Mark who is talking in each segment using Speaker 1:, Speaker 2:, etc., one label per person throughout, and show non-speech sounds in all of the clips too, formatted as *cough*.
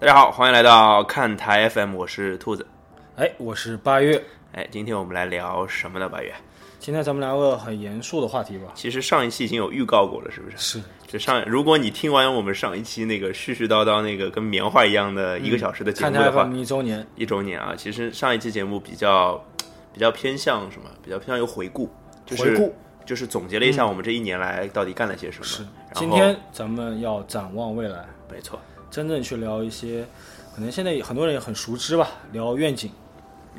Speaker 1: 大家好，欢迎来到看台 FM，我是兔子。
Speaker 2: 哎，我是八月，
Speaker 1: 哎，今天我们来聊什么呢？八月，
Speaker 2: 今天咱们聊个很严肃的话题吧。
Speaker 1: 其实上一期已经有预告过了，是不是？
Speaker 2: 是，
Speaker 1: 就上，如果你听完我们上一期那个絮絮叨叨、那个跟棉花一样的一个小时的节
Speaker 2: 嗯看
Speaker 1: 目
Speaker 2: 台
Speaker 1: 的话，
Speaker 2: FM 一周年，
Speaker 1: 一周年啊，其实上一期节目比较比较偏向什么？比较偏向于回顾，就是
Speaker 2: 回顾嗯
Speaker 1: 就是总结了一下我们这一年来到底干了些什么。
Speaker 2: 是
Speaker 1: 然后
Speaker 2: 今天咱们要展望未来，
Speaker 1: 没错，
Speaker 2: 真正去聊一些，可能现在很多人也很熟知吧，聊愿景，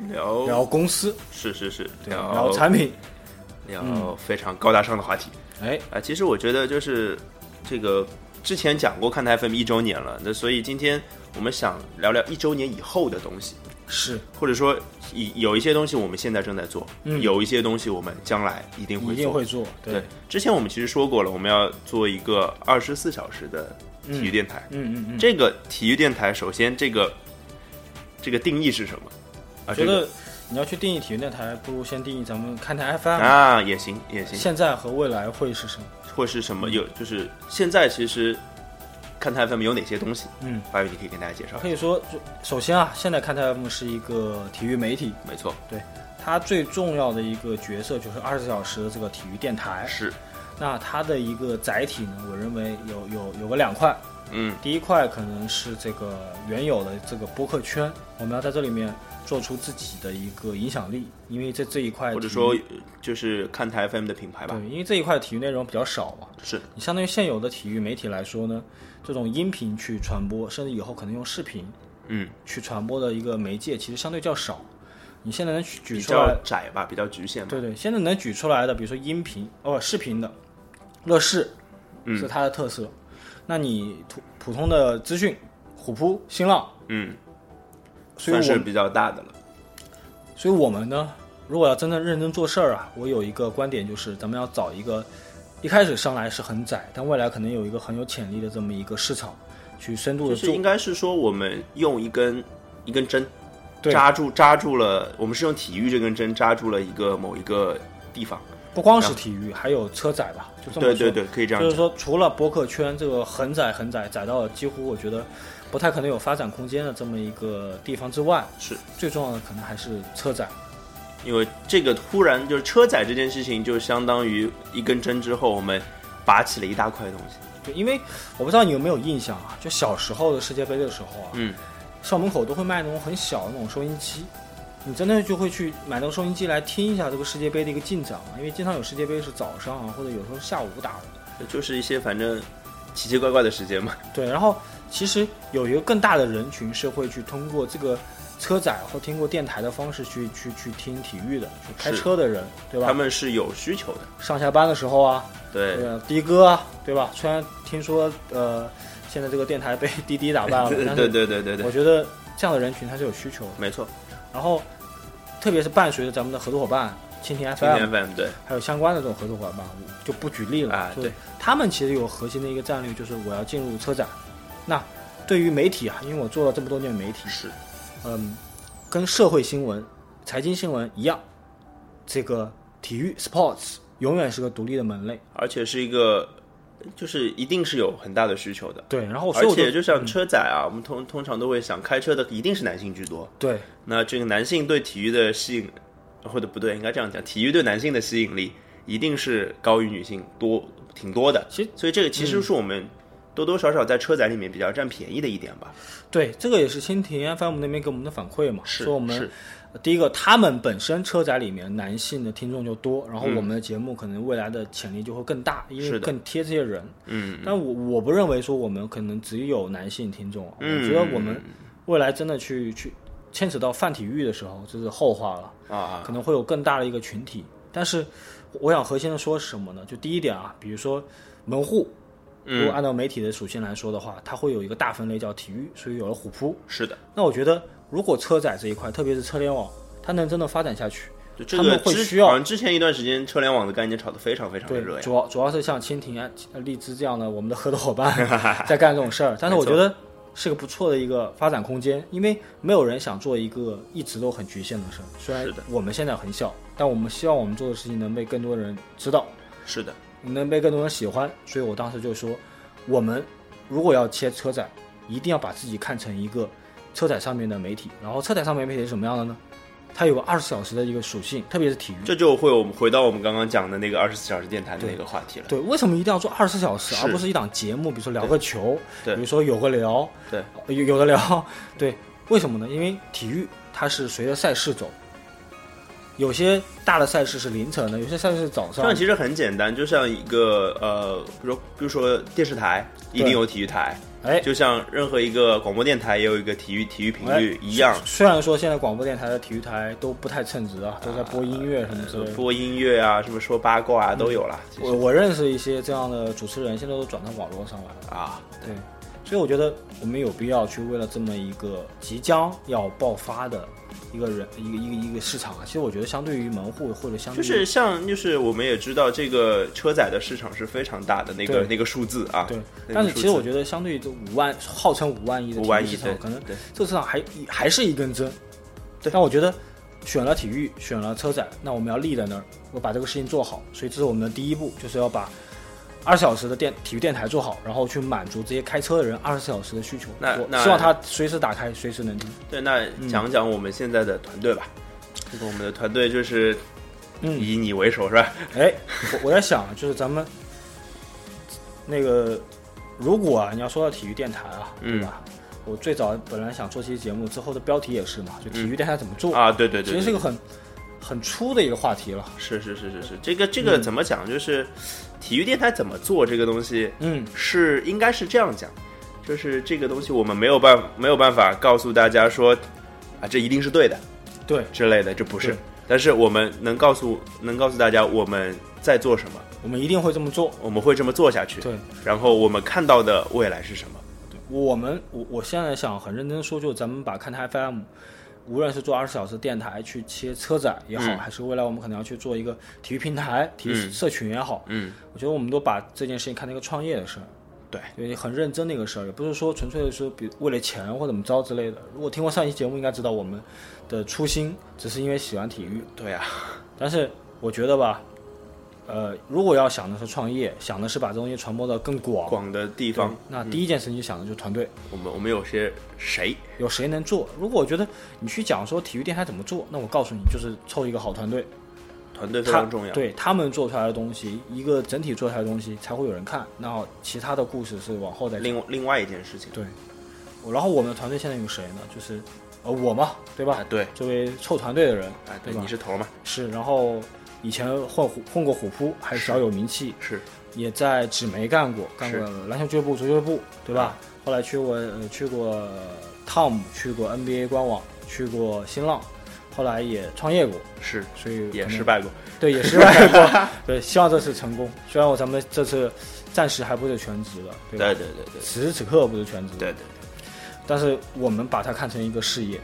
Speaker 1: 聊
Speaker 2: 聊公司，
Speaker 1: 是是是，
Speaker 2: 对，
Speaker 1: 聊
Speaker 2: 聊产品。
Speaker 1: 聊非常高大上的话题。
Speaker 2: 哎，
Speaker 1: 啊，其实我觉得就是这个之前讲过看台 FM 一周年了，那所以今天我们想聊聊一周年以后的东西，
Speaker 2: 是
Speaker 1: 或者说以有一些东西我们现在正在做，
Speaker 2: 嗯
Speaker 1: 有一些东西我们将来一定会做。
Speaker 2: 一定会做，
Speaker 1: 对，之前我们其实说过了，我们要做一个二十四小时的体育电台。
Speaker 2: 嗯嗯嗯，
Speaker 1: 这个体育电台，首先这个这个定义是什么？啊，
Speaker 2: 觉
Speaker 1: 这个
Speaker 2: 得你要去定义体育电台，不如先定义咱们看台 FM、
Speaker 1: 啊也行也行，
Speaker 2: 现在和未来会是什么？
Speaker 1: 或是
Speaker 2: 嗯
Speaker 1: 什么有就是现在其实看台 FM 有哪些东西？
Speaker 2: 嗯，
Speaker 1: 八月你可以跟大家介绍一下
Speaker 2: 可。以说，就首先啊，现在看台 FM 是一个体育媒体，
Speaker 1: 没错，
Speaker 2: 它最重要的一个角色就是二十四小时的这个体育电台。
Speaker 1: 是，
Speaker 2: 那它的一个载体呢，我认为有有有个两块。
Speaker 1: 嗯，
Speaker 2: 第一块可能是这个原有的这个播客圈，我们要在这里面做出自己的一个影响力，因为这这一块
Speaker 1: 或者
Speaker 2: 体育
Speaker 1: 说呃就是看台 FM 的品牌吧
Speaker 2: 嗯对，，因为这一块体育内容比较少嘛。
Speaker 1: 是
Speaker 2: 你相当于现有的体育媒体来说呢，这种音频去传播，甚至以后可能用视频
Speaker 1: 嗯，
Speaker 2: 去传播的一个媒介，其实相对较少。你现在能举举
Speaker 1: 比
Speaker 2: 出来
Speaker 1: 较窄吧，比较局限吧，
Speaker 2: 对对，现在能举出来的，比如说音频哦，视频的，乐视
Speaker 1: 嗯
Speaker 2: 是它的特色。那你普普通的资讯，虎扑、新浪，
Speaker 1: 嗯，
Speaker 2: 所以
Speaker 1: 算
Speaker 2: 我
Speaker 1: 是
Speaker 2: 们
Speaker 1: 比较大的了，
Speaker 2: 所以我们呢，如果要真的认真做事儿啊，我有一个观点就是，咱们要找一个一开始上来是很窄，但未来可能有一个很有潜力的这么一个市场，去深度
Speaker 1: 就
Speaker 2: 的
Speaker 1: 是
Speaker 2: 做
Speaker 1: 应。该是说我们用一根一根针
Speaker 2: 对
Speaker 1: 扎住扎住了，我们是用体育这根针扎住了一个某一个地方，
Speaker 2: 不光是体育，还有车载吧，就这么
Speaker 1: 啊对
Speaker 2: 说。
Speaker 1: 对对，可以这样
Speaker 2: 就
Speaker 1: 讲
Speaker 2: 是，说，除了博客圈这个很窄很窄，窄到几乎我觉得不太可能有发展空间的这么一个地方之外，
Speaker 1: 是
Speaker 2: 最重要的可能还是车载。
Speaker 1: 因为这个突然就是车载这件事情，就相当于一根针之后，我们拔起了一大块东西，
Speaker 2: 对，因为我不知道你有没有印象啊，就小时候的世界杯的时候啊，
Speaker 1: 嗯，
Speaker 2: 校门口都会卖那种很小的那种收音机，你真的就会去买那个收音机来听一下这个世界杯的一个进展啊，因为经常有世界杯是早上啊，或者有时候下午打的。
Speaker 1: 就是一些反正奇奇怪怪的时间嘛，
Speaker 2: 对，然后其实有一个更大的人群是会去通过这个车载或通过电台的方式去去去听体育的，就开
Speaker 1: 是
Speaker 2: 车的人，对
Speaker 1: 他
Speaker 2: 吧？
Speaker 1: 们是有需求的，
Speaker 2: 上下班的时候啊，
Speaker 1: 对。
Speaker 2: 对啊，的哥啊，对吧？虽然听说呃，现在这个电台被滴滴打败了，啊但
Speaker 1: 对
Speaker 2: 是
Speaker 1: 对对对
Speaker 2: 我
Speaker 1: 对，
Speaker 2: 觉得这样的人群他是有需求的。
Speaker 1: 没错，
Speaker 2: 然后，特别是伴随着咱们的合作伙伴蜻蜓
Speaker 1: 青年
Speaker 2: FM，
Speaker 1: FM 对
Speaker 2: 还有相关的这种合作伙伴，我就不举例了。
Speaker 1: 啊
Speaker 2: 啊就是
Speaker 1: 对
Speaker 2: 他们其实有核心的一个战略，就是我要进入车展。那对于媒体啊，因为我做了这么多年媒体，
Speaker 1: 是
Speaker 2: 嗯，跟社会新闻、财经新闻一样，这个体育 sports 永远是个独立的门类。
Speaker 1: 而且是一个，就是一定是有很大的需求的。
Speaker 2: 对，然后哦所以
Speaker 1: 而
Speaker 2: 我嗯
Speaker 1: 且
Speaker 2: 就
Speaker 1: 就像车载啊，我们通通常都会想，开车的一定是男性居多。
Speaker 2: 对
Speaker 1: 那这个男性对体育的吸引，或者不对，应该这样讲，体育对男性的吸引力一定是高于女性多挺多的。
Speaker 2: 其实嗯
Speaker 1: 所以这个其实是我们多多少少在车载里面比较占便宜的一点吧。
Speaker 2: 对，这个也是蜻蜓 FM 那边给我们的反馈嘛，
Speaker 1: 是
Speaker 2: 说我们
Speaker 1: 是
Speaker 2: 第一个，他们本身车载里面男性的听众就多，然后我们的节目可能未来的潜力就会更大，因
Speaker 1: 嗯是
Speaker 2: 为
Speaker 1: 的
Speaker 2: 更贴这些人。
Speaker 1: 嗯，
Speaker 2: 但我我不认为说我们可能只有男性听众，啊
Speaker 1: 嗯
Speaker 2: 我觉得我们未来真的去去牵扯到泛体育的时候，这是后话了，
Speaker 1: 啊，
Speaker 2: 可能会有更大的一个群体。但是我想核心的说是什么呢？就第一点啊，比如说门户，如果
Speaker 1: 嗯
Speaker 2: 按照媒体的属性来说的话，它会有一个大分类叫体育，所以有了虎扑。
Speaker 1: 是的，
Speaker 2: 那我觉得，如果车载这一块，特别是车联网，它能真的发展下去，
Speaker 1: 就这
Speaker 2: 他
Speaker 1: 个
Speaker 2: 们会
Speaker 1: 之
Speaker 2: 需要
Speaker 1: 好像之前一段时间车联网的概念炒得非常非常的
Speaker 2: 对
Speaker 1: 热，呀。
Speaker 2: 主要主要是像蜻蜓啊、呃荔枝这样的我们的合作伙伴
Speaker 1: *laughs*
Speaker 2: 在干这种事儿，但是我觉得是个不错的一个发展空间，因为没有人想做一个一直都很局限的事儿。虽然
Speaker 1: 是的
Speaker 2: 我们现在很小，但我们希望我们做的事情能被更多人知道，
Speaker 1: 是的，
Speaker 2: 能被更多人喜欢。所以我当时就说，我们如果要切车载，一定要把自己看成一个车载上面的媒体。然后车载上面媒体是什么样的呢？它有个二十小时的一个属性，特别是体育。
Speaker 1: 这就会我们回到我们刚刚讲的那个二十四小时电台的那个话题了。
Speaker 2: 对，为什么一定要做二十四小时，
Speaker 1: 是
Speaker 2: 而不是一档节目？比如说聊个球，
Speaker 1: 对
Speaker 2: 比如说有个聊，
Speaker 1: 对
Speaker 2: 呃有有的聊， *laughs* 对，为什么呢？因为体育它是随着赛事走，有些大的赛事是凌晨的，有些赛事是早
Speaker 1: 这
Speaker 2: 上
Speaker 1: 样。其实很简单，就像一个呃，比如说比如说电视台一定有体育台，
Speaker 2: 哎，
Speaker 1: 就像任何一个广播电台也有一个体育体育频率
Speaker 2: 哎
Speaker 1: 一样，
Speaker 2: 虽然说现在广播电台的体育台都不太称职啊，都在播音乐什么之类的。
Speaker 1: 呃播音乐啊，什么说八卦啊都有了。其实
Speaker 2: 我我认识一些这样的主持人，现在都转到网络上来了。
Speaker 1: 啊，
Speaker 2: 对，所以我觉得我们有必要去为了这么一个即将要爆发的一个人一个一个一个市场啊，其实我觉得相对于门户或者相对
Speaker 1: 就
Speaker 2: 于
Speaker 1: 是像就是我们也知道这个车载的市场是非常大的那个
Speaker 2: 对
Speaker 1: 那个数字啊，
Speaker 2: 对，
Speaker 1: 那个
Speaker 2: 但是
Speaker 1: 数
Speaker 2: 其
Speaker 1: 字
Speaker 2: 实我觉得相对于这五万号称五万亿的
Speaker 1: 五
Speaker 2: 体
Speaker 1: 万
Speaker 2: 育
Speaker 1: 亿
Speaker 2: 市
Speaker 1: 对
Speaker 2: 场，可能
Speaker 1: 对
Speaker 2: 这个市场还还是一根针。
Speaker 1: 对
Speaker 2: 但我觉得选了体育，选了车载，那我们要立在那儿，我把这个事情做好。所以这是我们的第一步，就是要把二十小时的电体育电台做好，然后去满足这些开车的人二十小时的需求。
Speaker 1: 那
Speaker 2: 我
Speaker 1: 那
Speaker 2: 希望他随时打开，随时能听。
Speaker 1: 对，那
Speaker 2: 嗯
Speaker 1: 讲讲我们现在的团队吧。这个我们的团队就是
Speaker 2: 嗯，
Speaker 1: 以你为首是吧？
Speaker 2: 哎，我我在想，就是咱们那个，如果啊，你要说到体育电台啊，
Speaker 1: 嗯
Speaker 2: 对吧？我最早本来想做期节目，之后的标题也是嘛，就体育电台怎么做，
Speaker 1: 啊，对对
Speaker 2: 其
Speaker 1: 对，
Speaker 2: 实是
Speaker 1: 对
Speaker 2: 个很很粗的一个话题了。
Speaker 1: 是是是是是，这个这
Speaker 2: 嗯
Speaker 1: 个怎么讲？就是体育电台怎么做这个东西
Speaker 2: 嗯，
Speaker 1: 是应该是这样讲，就是这个东西我们没有办没有办法告诉大家说啊，这一定是对的
Speaker 2: 对，
Speaker 1: 之类的，这不是
Speaker 2: 对。
Speaker 1: 但是我们能告诉能告诉大家我们在做什么，
Speaker 2: 我们一定会这么做。
Speaker 1: 我们会这么做下去，
Speaker 2: 对，
Speaker 1: 然后我们看到的未来是什么？
Speaker 2: 我们我我现在想很认真说，就是咱们把看台 FM，无论是做二十小时电台去切车载也好，
Speaker 1: 嗯
Speaker 2: 还是未来我们可能要去做一个体育平台、体育
Speaker 1: 嗯
Speaker 2: 社群也好，
Speaker 1: 嗯，
Speaker 2: 我觉得我们都把这件事情看成一个创业的事儿，
Speaker 1: 对，
Speaker 2: 对，很认真的一个事儿，也不是说纯粹的说，比为了钱或怎么着之类的。如果听过上一期节目，应该知道我们的初心只是因为喜欢体育，
Speaker 1: 对啊，
Speaker 2: 但是我觉得吧，呃，如果要想的是创业，想的是把这东西传播的更广，
Speaker 1: 广的地
Speaker 2: 对
Speaker 1: 方，
Speaker 2: 那第一件事情就想的就是团队，
Speaker 1: 我们我们有些谁
Speaker 2: 有谁能做？如果我觉得你去讲说体育电台怎么做，那我告诉你，就是凑一个好团队，
Speaker 1: 团队非
Speaker 2: 他
Speaker 1: 常重要，
Speaker 2: 对他们做出来的东西，一个整体做出来的东西才会有人看，那其他的故事是往后再讲。
Speaker 1: 另另外一件事情，
Speaker 2: 对，然后我们的团队现在有谁呢？就是呃我嘛，对吧
Speaker 1: 啊？对
Speaker 2: 作为凑团队的人
Speaker 1: 啊
Speaker 2: 对
Speaker 1: 对，
Speaker 2: 吧
Speaker 1: 你是头嘛，
Speaker 2: 是，然后以前混虎混过虎扑，还是小有名气，
Speaker 1: 是
Speaker 2: 也在纸媒干过，干过篮球俱乐部、足球俱乐部，对吧？
Speaker 1: 嗯
Speaker 2: 后来去过呃去过 Tom，去过 NBA 官网，去过新浪，后来也创业过，
Speaker 1: 是
Speaker 2: 所以
Speaker 1: 也
Speaker 2: 可能
Speaker 1: 失败过，
Speaker 2: 对，也失
Speaker 1: *laughs*
Speaker 2: 败过，对，希望这次成功。虽然我咱们这次暂时还不是全职的，对吧？
Speaker 1: 对对对
Speaker 2: 此时此刻不是全职，
Speaker 1: 对，对，
Speaker 2: 但是我们把它看成一个事业，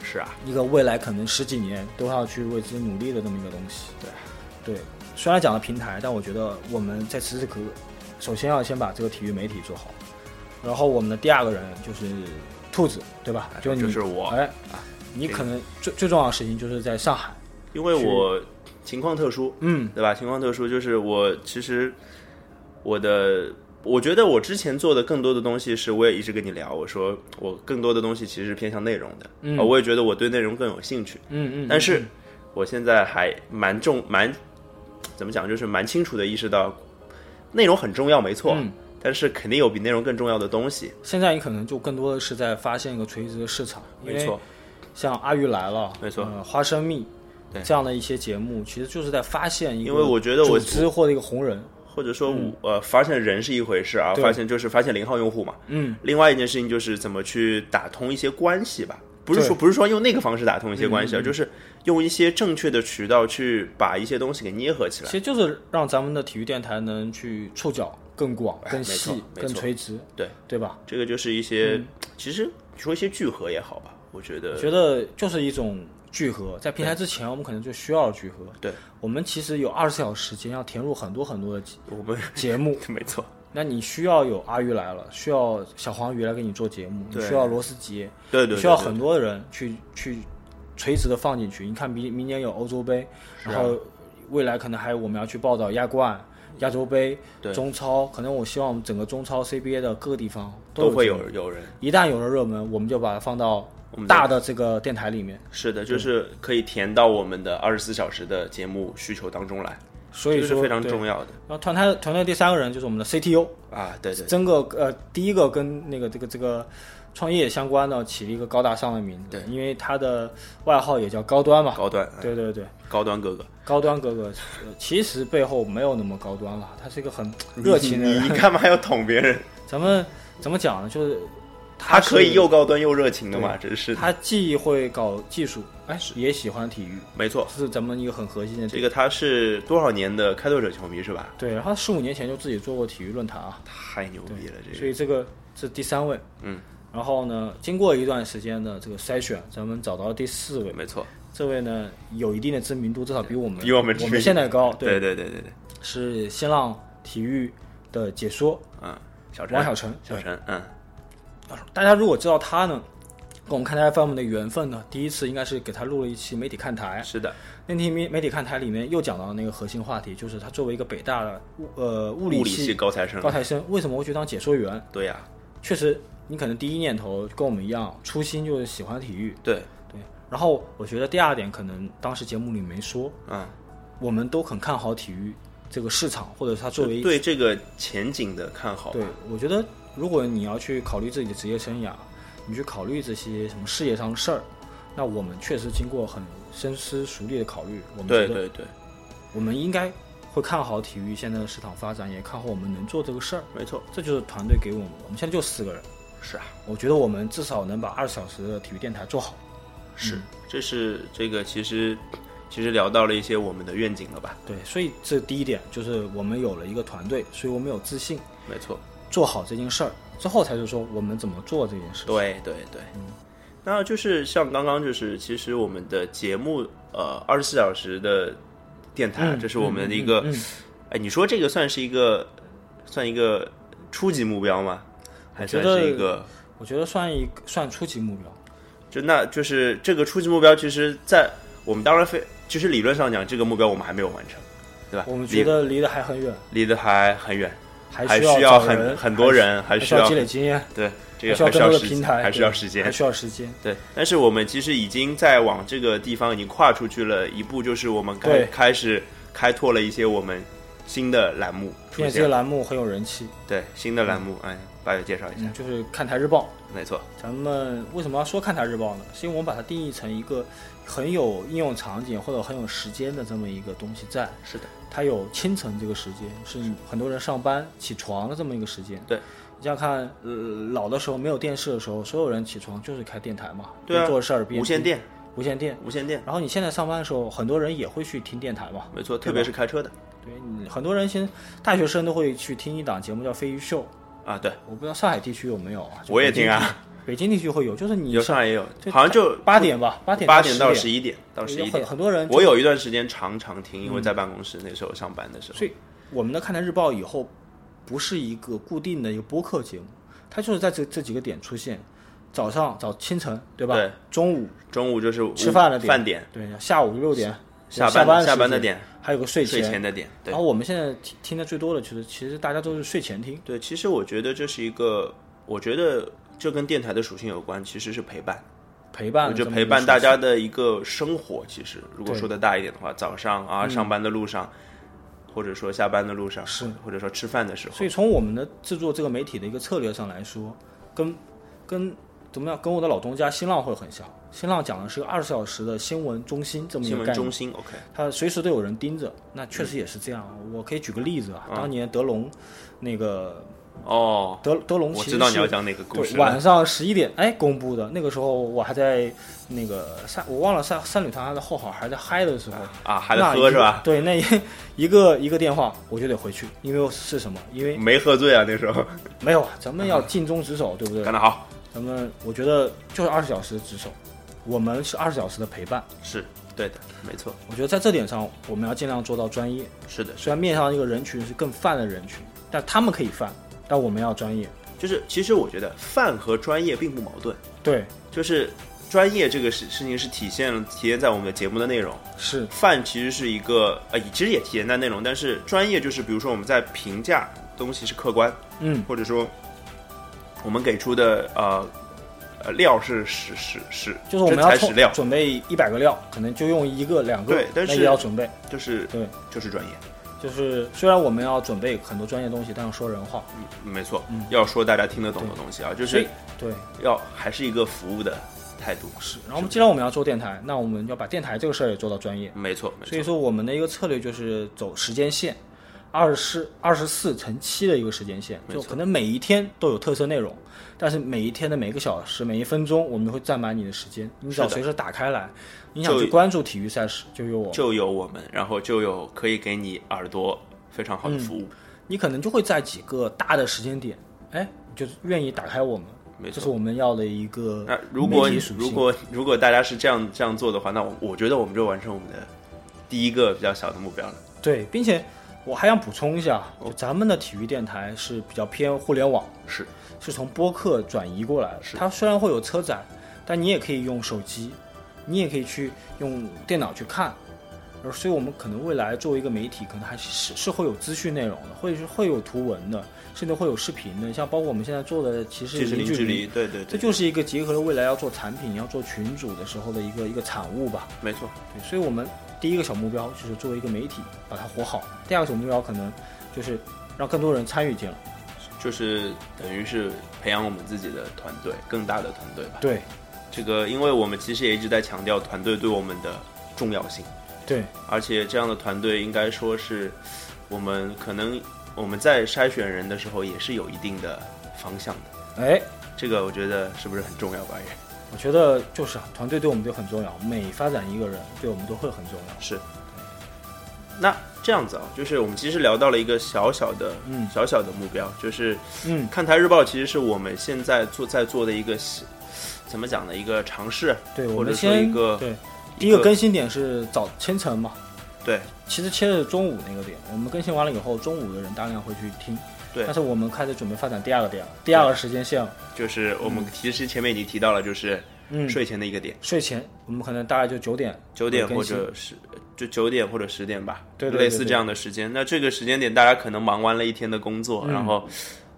Speaker 1: 对是啊，
Speaker 2: 一个未来可能十几年都要去为之努力的这么一个东西。
Speaker 1: 对
Speaker 2: 对，虽然讲了平台，但我觉得我们在此时此刻，首先要先把这个体育媒体做好，然后我们的第二个人就是兔子，对吧？就你，
Speaker 1: 就是我啊
Speaker 2: 哎，你
Speaker 1: 对
Speaker 2: 可能最最重要的事情就是在上海，
Speaker 1: 因为我情况特殊，
Speaker 2: 嗯
Speaker 1: 对吧？情况特殊就是我其实我的。我觉得我之前做的更多的东西是，我也一直跟你聊，我说我更多的东西其实是偏向内容的，
Speaker 2: 嗯
Speaker 1: 啊我也觉得我对内容更有兴趣，
Speaker 2: 嗯嗯，
Speaker 1: 但是我现在还蛮重蛮怎么讲，就是蛮清楚的意识到内容很重要，没错，
Speaker 2: 嗯
Speaker 1: 但是肯定有比内容更重要的东西，
Speaker 2: 现在你可能就更多的是在发现一个垂直的市场，
Speaker 1: 没错，，
Speaker 2: 像阿玉来了，
Speaker 1: 没错
Speaker 2: 呃花生蜜。
Speaker 1: 对
Speaker 2: 这样的一些节目，其实就是在发现一个
Speaker 1: 因为我觉得我
Speaker 2: 组织或者一个红人，
Speaker 1: 或者说我、呃发现人是一回事啊，
Speaker 2: 嗯对
Speaker 1: 发现就是发现零号用户嘛，
Speaker 2: 嗯，
Speaker 1: 另外一件事情就是怎么去打通一些关系吧。不是
Speaker 2: 对嗯
Speaker 1: 说不是说用那个方式打通一些关系啊，就是用一些正确的渠道去把一些东西给捏合起来
Speaker 2: 其。实就是让咱们的体育电台能去触角更广、
Speaker 1: 哎
Speaker 2: 更
Speaker 1: 没
Speaker 2: 细
Speaker 1: 错、没错
Speaker 2: 更垂直，
Speaker 1: 对
Speaker 2: 对吧？
Speaker 1: 这个就是一些，其实说一些聚合也好吧，我觉
Speaker 2: 嗯我
Speaker 1: 得
Speaker 2: 觉得就是一种聚合，在平台之前，我们可能就需要聚合。
Speaker 1: 对，
Speaker 2: 我们其实有二十四小时时间要填入很多很多的节
Speaker 1: 我们 *laughs*
Speaker 2: 节目， *laughs*
Speaker 1: 没错，
Speaker 2: 那你需要有阿鱼来了，需要小黄鱼来给你做节目，你
Speaker 1: 对
Speaker 2: 需要罗斯杰，
Speaker 1: 对对
Speaker 2: 你
Speaker 1: 对
Speaker 2: 需要
Speaker 1: 对
Speaker 2: 很多人去去垂直的放
Speaker 1: 啊
Speaker 2: 进去。你看明明年有欧洲杯，然后未来可能还有我们要去报道亚冠，亚洲杯
Speaker 1: 对、
Speaker 2: 中超，可能我希望整个中超、CBA 的各个地方
Speaker 1: 都会有
Speaker 2: 有这种。
Speaker 1: 有人。
Speaker 2: 一旦有了热门，我们就把它放到
Speaker 1: 我们
Speaker 2: 大的这个电台里面。
Speaker 1: 是的，就是可以填到我们的二十四小时的节目需求当中来，
Speaker 2: 所以
Speaker 1: 这是
Speaker 2: 说，
Speaker 1: 非常
Speaker 2: 对
Speaker 1: 重要的
Speaker 2: 然后团队团队第三个人就是我们的 CTO，
Speaker 1: 啊！对对，
Speaker 2: 整个呃第一个跟那个这个这个创业相关的起了一个高大上的名字，
Speaker 1: 对
Speaker 2: 因为他的外号也叫高端嘛，
Speaker 1: 高端，嗯
Speaker 2: 对对对，
Speaker 1: 高端哥哥，
Speaker 2: 高端哥哥，呃其实背后没有那么高端了，他是一个很热情的
Speaker 1: 你
Speaker 2: 人。
Speaker 1: 你干嘛要捅别
Speaker 2: *laughs*
Speaker 1: 人？
Speaker 2: 咱们怎么讲呢？就是
Speaker 1: 他
Speaker 2: 是
Speaker 1: 可以又高端又热情的嘛，真是的，
Speaker 2: 他既会搞技术，哎，也喜欢体育，
Speaker 1: 没错。
Speaker 2: 这是咱们一个很核心的
Speaker 1: 这
Speaker 2: 点。
Speaker 1: 个他是多少年的开拓者球迷是吧？
Speaker 2: 对，然后十五年前就自己做过体育论坛啊，
Speaker 1: 太牛逼了，这
Speaker 2: 所
Speaker 1: 个
Speaker 2: 以这个是第三位。
Speaker 1: 嗯，
Speaker 2: 然后呢，经过一段时间的这个筛选，咱们找到了第四位。
Speaker 1: 没错，
Speaker 2: 这位呢有一定的知名度，至少比我们
Speaker 1: 比我们知名
Speaker 2: 现在高。
Speaker 1: 对对对对对，
Speaker 2: 是新浪体育的解说
Speaker 1: 嗯，小陈，
Speaker 2: 王小晨。
Speaker 1: 小陈，嗯，
Speaker 2: 大家如果知道他呢，跟我们看台 FM 的缘分呢，第一次应该是给他录了一期媒体看台。
Speaker 1: 是的，
Speaker 2: 那期媒媒体看台里面又讲到那个核心话题，就是他作为一个北大的物呃物
Speaker 1: 物
Speaker 2: 理
Speaker 1: 系高材生
Speaker 2: 高，材生，为什么会去当解说员？
Speaker 1: 对呀，
Speaker 2: 确实，你可能第一念头跟我们一样，初心就是喜欢体育。
Speaker 1: 对，
Speaker 2: 对，然后我觉得第二点可能当时节目里没说，
Speaker 1: 嗯，
Speaker 2: 我们都很看好体育这个市场，或者它作为
Speaker 1: 就对这个前景的看好吧
Speaker 2: 对，我觉得如果你要去考虑自己的职业生涯，你去考虑这些什么事业上的事儿，那我们确实经过很深思熟虑的考虑，我们
Speaker 1: 对
Speaker 2: 觉得
Speaker 1: 对对，
Speaker 2: 我们应该会看好体育现在的市场发展，也看好我们能做这个事儿。
Speaker 1: 没错，
Speaker 2: 这就是团队给我们，我们现在就四个人，
Speaker 1: 是啊，
Speaker 2: 我觉得我们至少能把二十小时的体育电台做好。
Speaker 1: 是，这是这个其实其实聊到了一些我们的愿景了吧？
Speaker 2: 对，所以这第一点就是我们有了一个团队，所以我们有自信
Speaker 1: 没错，
Speaker 2: 做好这件事儿，之后才是说我们怎么做这件事。
Speaker 1: 对对对，那就是像刚刚就是，其实我们的节目呃二十四小时的电台，
Speaker 2: 嗯
Speaker 1: 这是我们的一个，
Speaker 2: 嗯嗯嗯
Speaker 1: 哎，你说这个算是一个算一个初级目标吗？还算
Speaker 2: 我觉
Speaker 1: 是
Speaker 2: 得
Speaker 1: 一个？
Speaker 2: 我觉得算一个算初级目标。
Speaker 1: 就那就是这个初级目标，其实，在我们当然非，其实理论上讲，这个目标我们还没有完成，对吧？
Speaker 2: 我们觉得离得还很远，
Speaker 1: 离离得还很远，还
Speaker 2: 需
Speaker 1: 需
Speaker 2: 要
Speaker 1: 要
Speaker 2: 找
Speaker 1: 很很多
Speaker 2: 人，
Speaker 1: 人，还
Speaker 2: 还
Speaker 1: 需
Speaker 2: 要
Speaker 1: 要
Speaker 2: 积累经验，
Speaker 1: 对这个
Speaker 2: 还
Speaker 1: 还需
Speaker 2: 需要更
Speaker 1: 要
Speaker 2: 多的
Speaker 1: 时
Speaker 2: 平
Speaker 1: 间，
Speaker 2: 台，
Speaker 1: 还需要
Speaker 2: 对
Speaker 1: 时间
Speaker 2: 还，需要时间。
Speaker 1: 对，但是我们其实已经在往这个地方已经跨出去了一步，就是我们开
Speaker 2: 对
Speaker 1: 开始开拓了一些我们新的栏目
Speaker 2: 因
Speaker 1: 出
Speaker 2: 为这
Speaker 1: 现
Speaker 2: 个
Speaker 1: 了，
Speaker 2: 栏目很有人气，
Speaker 1: 对新的栏目，哎，八月介绍一下，
Speaker 2: 嗯，就是看台日报。
Speaker 1: 没错，
Speaker 2: 咱们为什么要说看台日报呢？是因为我们把它定义成一个很有应用场景或者很有时间的这么一个东西在。
Speaker 1: 是的，
Speaker 2: 它有清晨这个时间，是很多人上班起床的这么一个时间。
Speaker 1: 对，
Speaker 2: 你想想看，呃，老的时候没有电视的时候，所有人起床就是开电台嘛，
Speaker 1: 对啊
Speaker 2: 边做事儿边
Speaker 1: 无线
Speaker 2: 听，
Speaker 1: 电，
Speaker 2: 无线电。
Speaker 1: 无线电，
Speaker 2: 然后你现在上班的时候，很多人也会去听电台嘛。
Speaker 1: 没错，
Speaker 2: 对吧
Speaker 1: 特别是开车的
Speaker 2: 对，你很多人现在大学生都会去听一档节目叫《飞鱼秀》，
Speaker 1: 啊，对
Speaker 2: 我不知道上海地区有没有啊？就
Speaker 1: 我也
Speaker 2: 北京
Speaker 1: 听啊，
Speaker 2: 北京地区会有，就是你
Speaker 1: 有上海也有，
Speaker 2: 就
Speaker 1: 好像就
Speaker 2: 八点吧，八点
Speaker 1: 八
Speaker 2: 点
Speaker 1: 点到十
Speaker 2: 十
Speaker 1: 一点到十一
Speaker 2: 很
Speaker 1: 点，
Speaker 2: 很多人嗯就。
Speaker 1: 我有一段时间常常听，因为在办公室那时候上班的时候，
Speaker 2: 所以我们的看台日报以后不是一个固定的一个播客节目，它就是在这这几个点出现：早上早清晨，对吧？
Speaker 1: 对
Speaker 2: 中午
Speaker 1: 中午就是
Speaker 2: 吃饭的点，
Speaker 1: 饭点，
Speaker 2: 对，下午六点，
Speaker 1: 下
Speaker 2: 下
Speaker 1: 班
Speaker 2: 班
Speaker 1: 下班的
Speaker 2: 时间，
Speaker 1: 点，
Speaker 2: 还有个睡
Speaker 1: 睡前的点，对
Speaker 2: 然。后我们现在听听的最多的，就是其实大家都是睡前听，
Speaker 1: 对，其实我觉得这是一个，我觉得这跟电台的属性有关，其实是陪伴，
Speaker 2: 陪伴
Speaker 1: 我
Speaker 2: 了
Speaker 1: 觉
Speaker 2: 这
Speaker 1: 得
Speaker 2: 么
Speaker 1: 陪
Speaker 2: 一个
Speaker 1: 伴
Speaker 2: 时
Speaker 1: 大
Speaker 2: 间
Speaker 1: 家的一个生活。其实如果
Speaker 2: 对嗯
Speaker 1: 说的大一点的话，早上啊、上班的路上，或者说下班的路上，
Speaker 2: 是
Speaker 1: 或者说吃饭的时候，
Speaker 2: 所以从我们的制作这个媒体的一个策略上来说，跟跟怎么样，跟我的老东家新浪会很像。新浪讲的是二十小时的新闻中心这么一
Speaker 1: 新
Speaker 2: 个
Speaker 1: 闻
Speaker 2: 概
Speaker 1: 中嗯
Speaker 2: 念，
Speaker 1: 心，OK，
Speaker 2: 它随时都有人盯着。那确实也是这样。我可以举个例子啊，当年德龙，那个
Speaker 1: 哦，
Speaker 2: 德德龙
Speaker 1: 我知
Speaker 2: 其实
Speaker 1: 道你要
Speaker 2: 是
Speaker 1: 讲哪个故
Speaker 2: 对
Speaker 1: 事
Speaker 2: 晚
Speaker 1: 了，
Speaker 2: 上十一点哎公布的，那个时候我还在那个三，我忘了三三旅团还在后海还在嗨的时候，
Speaker 1: 啊，还
Speaker 2: 那
Speaker 1: 得
Speaker 2: 一
Speaker 1: 喝是
Speaker 2: 个
Speaker 1: 吧？？
Speaker 2: 对，那一一个一个电话我就得回去，因为是什么？因为
Speaker 1: 没喝醉啊，那时候
Speaker 2: 没有，啊，咱们要尽忠职守，对不对
Speaker 1: 嗯干？得好，
Speaker 2: 咱们我觉得就是二十小时的职守，我们是二十小时的陪伴。
Speaker 1: 是对的，没错，
Speaker 2: 我觉得在这点上，我们要尽量做到专业。
Speaker 1: 是的，
Speaker 2: 虽然面向一个人群是更泛的人群，但他们可以泛，但我们要专业。
Speaker 1: 就是其实我觉得饭和专业并不矛盾，
Speaker 2: 对，
Speaker 1: 就是专业这个事事情是体现了体现在我们的节目的内容，
Speaker 2: 是
Speaker 1: 泛其实是一个呃，其实也体现在内容，但是专业就是比如说我们在评价东西是客观，
Speaker 2: 嗯
Speaker 1: 或者说我们给出的呃呃料是史史史，
Speaker 2: 就是我们
Speaker 1: 真
Speaker 2: 要
Speaker 1: 材
Speaker 2: 凑
Speaker 1: 实料，
Speaker 2: 准备一百个料，可能就用一个两个，
Speaker 1: 对但
Speaker 2: 那
Speaker 1: 是
Speaker 2: 也要准备。
Speaker 1: 就是
Speaker 2: 对，
Speaker 1: 就是专业，
Speaker 2: 就是虽然我们要准备很多专业东西，但要说人话，
Speaker 1: 嗯没错
Speaker 2: 嗯，
Speaker 1: 要说大家听得懂的东西啊，就
Speaker 2: 所
Speaker 1: 是
Speaker 2: 以对。
Speaker 1: 要还是一个服务的态度，是，
Speaker 2: 然后既然我们要做电台，那我们要把电台这个事儿也做到专业。
Speaker 1: 没错，没
Speaker 2: 所以
Speaker 1: 错，
Speaker 2: 说我们的一个策略就是走时间线，二十二十四乘七的一个时间线，
Speaker 1: 没
Speaker 2: 就
Speaker 1: 错
Speaker 2: 可能每一天都有特色内容，但是每一天的每个小时、每一分钟，我们会占满你的时间。你只要
Speaker 1: 是的
Speaker 2: 随时打开来，你想
Speaker 1: 就
Speaker 2: 去关注体育赛事，就有我。
Speaker 1: 就有我们，然后就有可以给你耳朵非常
Speaker 2: 嗯
Speaker 1: 好的服务，
Speaker 2: 你可能就会在几个大的时间点，哎，你就是愿意打开我们，
Speaker 1: 没
Speaker 2: 这
Speaker 1: 错
Speaker 2: 是我们要的一个
Speaker 1: 那如果
Speaker 2: 媒体属性
Speaker 1: 如果如果大家是这样这样做的话，那我我觉得我们就完成我们的第一个比较小的目标了。
Speaker 2: 对，并且我还想补充一下，就咱们的体育电台是比较偏互联网，
Speaker 1: 是
Speaker 2: 是从播客转移过来的。它虽然会有车载，但你也可以用手机，你也可以去用电脑去看。而所以，我们可能未来作为一个媒体，可能还是是会有资讯内容的，会是会有图文的，甚至会有视频的。像包括我们现在做的，其实
Speaker 1: 其实
Speaker 2: 零
Speaker 1: 零
Speaker 2: 距
Speaker 1: 距
Speaker 2: 离，
Speaker 1: 离，对对
Speaker 2: 这
Speaker 1: 对，
Speaker 2: 就是一个结合了未来要做产品、要做群组的时候的一个一个产物吧。
Speaker 1: 没错，
Speaker 2: 对，所以我们第一个小目标就是作为一个媒体把它活好，第二个小目标可能就是让更多人参与进来。
Speaker 1: 就是等于是培养我们自己的团队，更大的团队吧。
Speaker 2: 对
Speaker 1: 这个，因为我们其实也一直在强调团队对我们的重要性，
Speaker 2: 对，
Speaker 1: 而且这样的团队应该说是我们可能我们在筛选人的时候也是有一定的方向的。
Speaker 2: 哎，
Speaker 1: 这个我觉得是不是很重要吧？也
Speaker 2: 我觉得就是啊，团队对我们都很重要，每发展一个人，对我们都会很重要。
Speaker 1: 是。那这样子啊，就是我们其实聊到了一个小小的、
Speaker 2: 嗯
Speaker 1: 小小的目标，就是
Speaker 2: 嗯，
Speaker 1: 看台日报其实是我们现在做在做的一个小怎么讲呢？一个尝试，
Speaker 2: 对，我
Speaker 1: 或者
Speaker 2: 们
Speaker 1: 说
Speaker 2: 先
Speaker 1: 一个
Speaker 2: 对
Speaker 1: 一
Speaker 2: 第一个
Speaker 1: 个
Speaker 2: 更新点是早清晨嘛，
Speaker 1: 对
Speaker 2: 其实切的是中午那个点，我们更新完了以后，中午的人大量会去听。
Speaker 1: 对
Speaker 2: 但是我们开始准备发展第二个点了，第二个时间线了。
Speaker 1: 就是我们其实前面已经提到了，就是
Speaker 2: 嗯，
Speaker 1: 睡前的一个点，
Speaker 2: 睡前我们可能大概就九点
Speaker 1: 九点
Speaker 2: 会
Speaker 1: 或
Speaker 2: 更新
Speaker 1: 者是就九点或者十点吧，
Speaker 2: 对对对
Speaker 1: 类似这样的时间。那这个时间点，大家可能忙完了一天的工作，
Speaker 2: 嗯
Speaker 1: 然后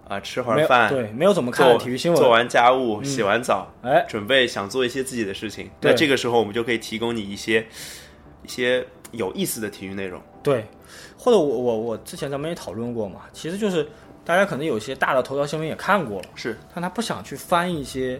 Speaker 1: 啊、吃会
Speaker 2: 没
Speaker 1: 儿
Speaker 2: 有
Speaker 1: 饭，
Speaker 2: 对，没有怎么看
Speaker 1: 做
Speaker 2: 体育新闻嗯
Speaker 1: 做。完家务，洗完澡，
Speaker 2: 哎，
Speaker 1: 准备想做一些自己的事情，
Speaker 2: 对
Speaker 1: 那这个时候我们就可以提供你一些一些有意思的体育内容。
Speaker 2: 对，或者我我我之前咱们也讨论过嘛，其实就是大家可能有些大的头条新闻也看过了，
Speaker 1: 是
Speaker 2: 但他不想去翻一些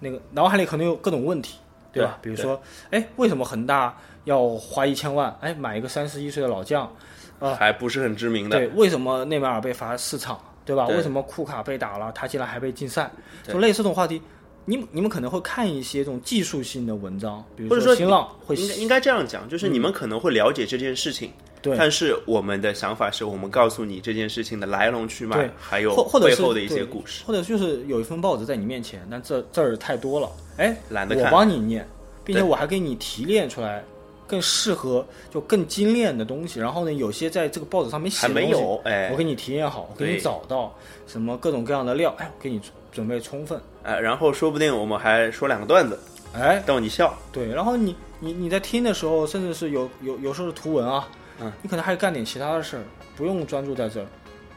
Speaker 2: 那个脑海里可能有各种问题，对吧？
Speaker 1: 对
Speaker 2: 比如说，哎，为什么恒大要花一千万，哎，买一个三十一岁的老将？啊
Speaker 1: 还不是很知名的，
Speaker 2: 对，为什么内马尔被罚四场，对吧？
Speaker 1: 对
Speaker 2: 为什么库卡被打了，他竟然还被禁赛？
Speaker 1: 对
Speaker 2: 就类似这种话题，你们你们可能会看一些这种技术性的文章，比
Speaker 1: 或
Speaker 2: 如
Speaker 1: 者说
Speaker 2: 新浪会嗯
Speaker 1: 应该应该这样讲，就是你们可能会了解这件事情，
Speaker 2: 对
Speaker 1: 但是我们的想法是我们告诉你这件事情的来龙去脉
Speaker 2: 对，
Speaker 1: 还有
Speaker 2: 或或者
Speaker 1: 背
Speaker 2: 是
Speaker 1: 后的一
Speaker 2: 对
Speaker 1: 些故事。
Speaker 2: 或者就是有一份报纸在你面前，但这字儿太多了，哎，
Speaker 1: 懒得
Speaker 2: 我
Speaker 1: 看
Speaker 2: 帮你念，并且
Speaker 1: 对
Speaker 2: 我还给你提炼出来更适合就更精炼的东西。然后呢，有些在这个报纸上面写
Speaker 1: 还
Speaker 2: 的东
Speaker 1: 没
Speaker 2: 西，
Speaker 1: 有，哎
Speaker 2: 我，给你提炼好，我给你
Speaker 1: 对
Speaker 2: 找到什么各种各样的料，哎，我给你准备充分，
Speaker 1: 呃，然后说不定我们还说两个段子
Speaker 2: 哎，
Speaker 1: 逗你笑，
Speaker 2: 对。然后你你你在听的时候，甚至是有有有时候是图文啊，
Speaker 1: 嗯，
Speaker 2: 你可能还干点其他的事儿，不用专注在这儿，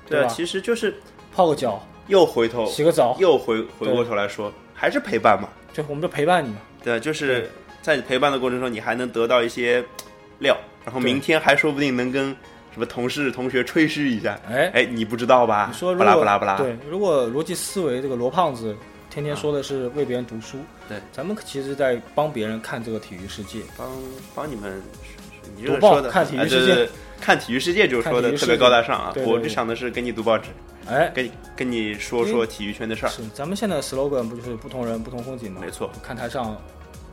Speaker 1: 对啊
Speaker 2: 吧？
Speaker 1: 其哦实就是
Speaker 2: 泡个脚，
Speaker 1: 又回头
Speaker 2: 洗个澡，
Speaker 1: 又回回过头来说，还是陪伴嘛，
Speaker 2: 对，我们就陪伴你嘛。
Speaker 1: 对，就是在陪伴的过程中，你还能得到一些料，然后明天还说不定能跟什么同事、同学吹嘘一下。
Speaker 2: 哎，
Speaker 1: 哎，你不知道吧？
Speaker 2: 你说如
Speaker 1: 不
Speaker 2: 果
Speaker 1: 啦不啦不啦，
Speaker 2: 对，如果逻辑思维这个罗胖子天天说的是为别人读书，
Speaker 1: 啊对
Speaker 2: 咱们其实在帮别人看这个体育世界。
Speaker 1: 帮帮你们，你这个
Speaker 2: 读报
Speaker 1: 说的
Speaker 2: 看体育
Speaker 1: 哎对
Speaker 2: 世界
Speaker 1: 对对看体育世界就是说
Speaker 2: 看体
Speaker 1: 的
Speaker 2: 育
Speaker 1: 特
Speaker 2: 世
Speaker 1: 别
Speaker 2: 界
Speaker 1: 高大上啊！
Speaker 2: 对对
Speaker 1: 我
Speaker 2: 对
Speaker 1: 就想的是跟你读报纸，
Speaker 2: 哎，
Speaker 1: 跟你跟你说
Speaker 2: 因为
Speaker 1: 说体育圈的事儿。
Speaker 2: 是，咱们现在的 slogan 不就是不同人不同风景
Speaker 1: 啊
Speaker 2: 吗
Speaker 1: 没？错，
Speaker 2: 看台上，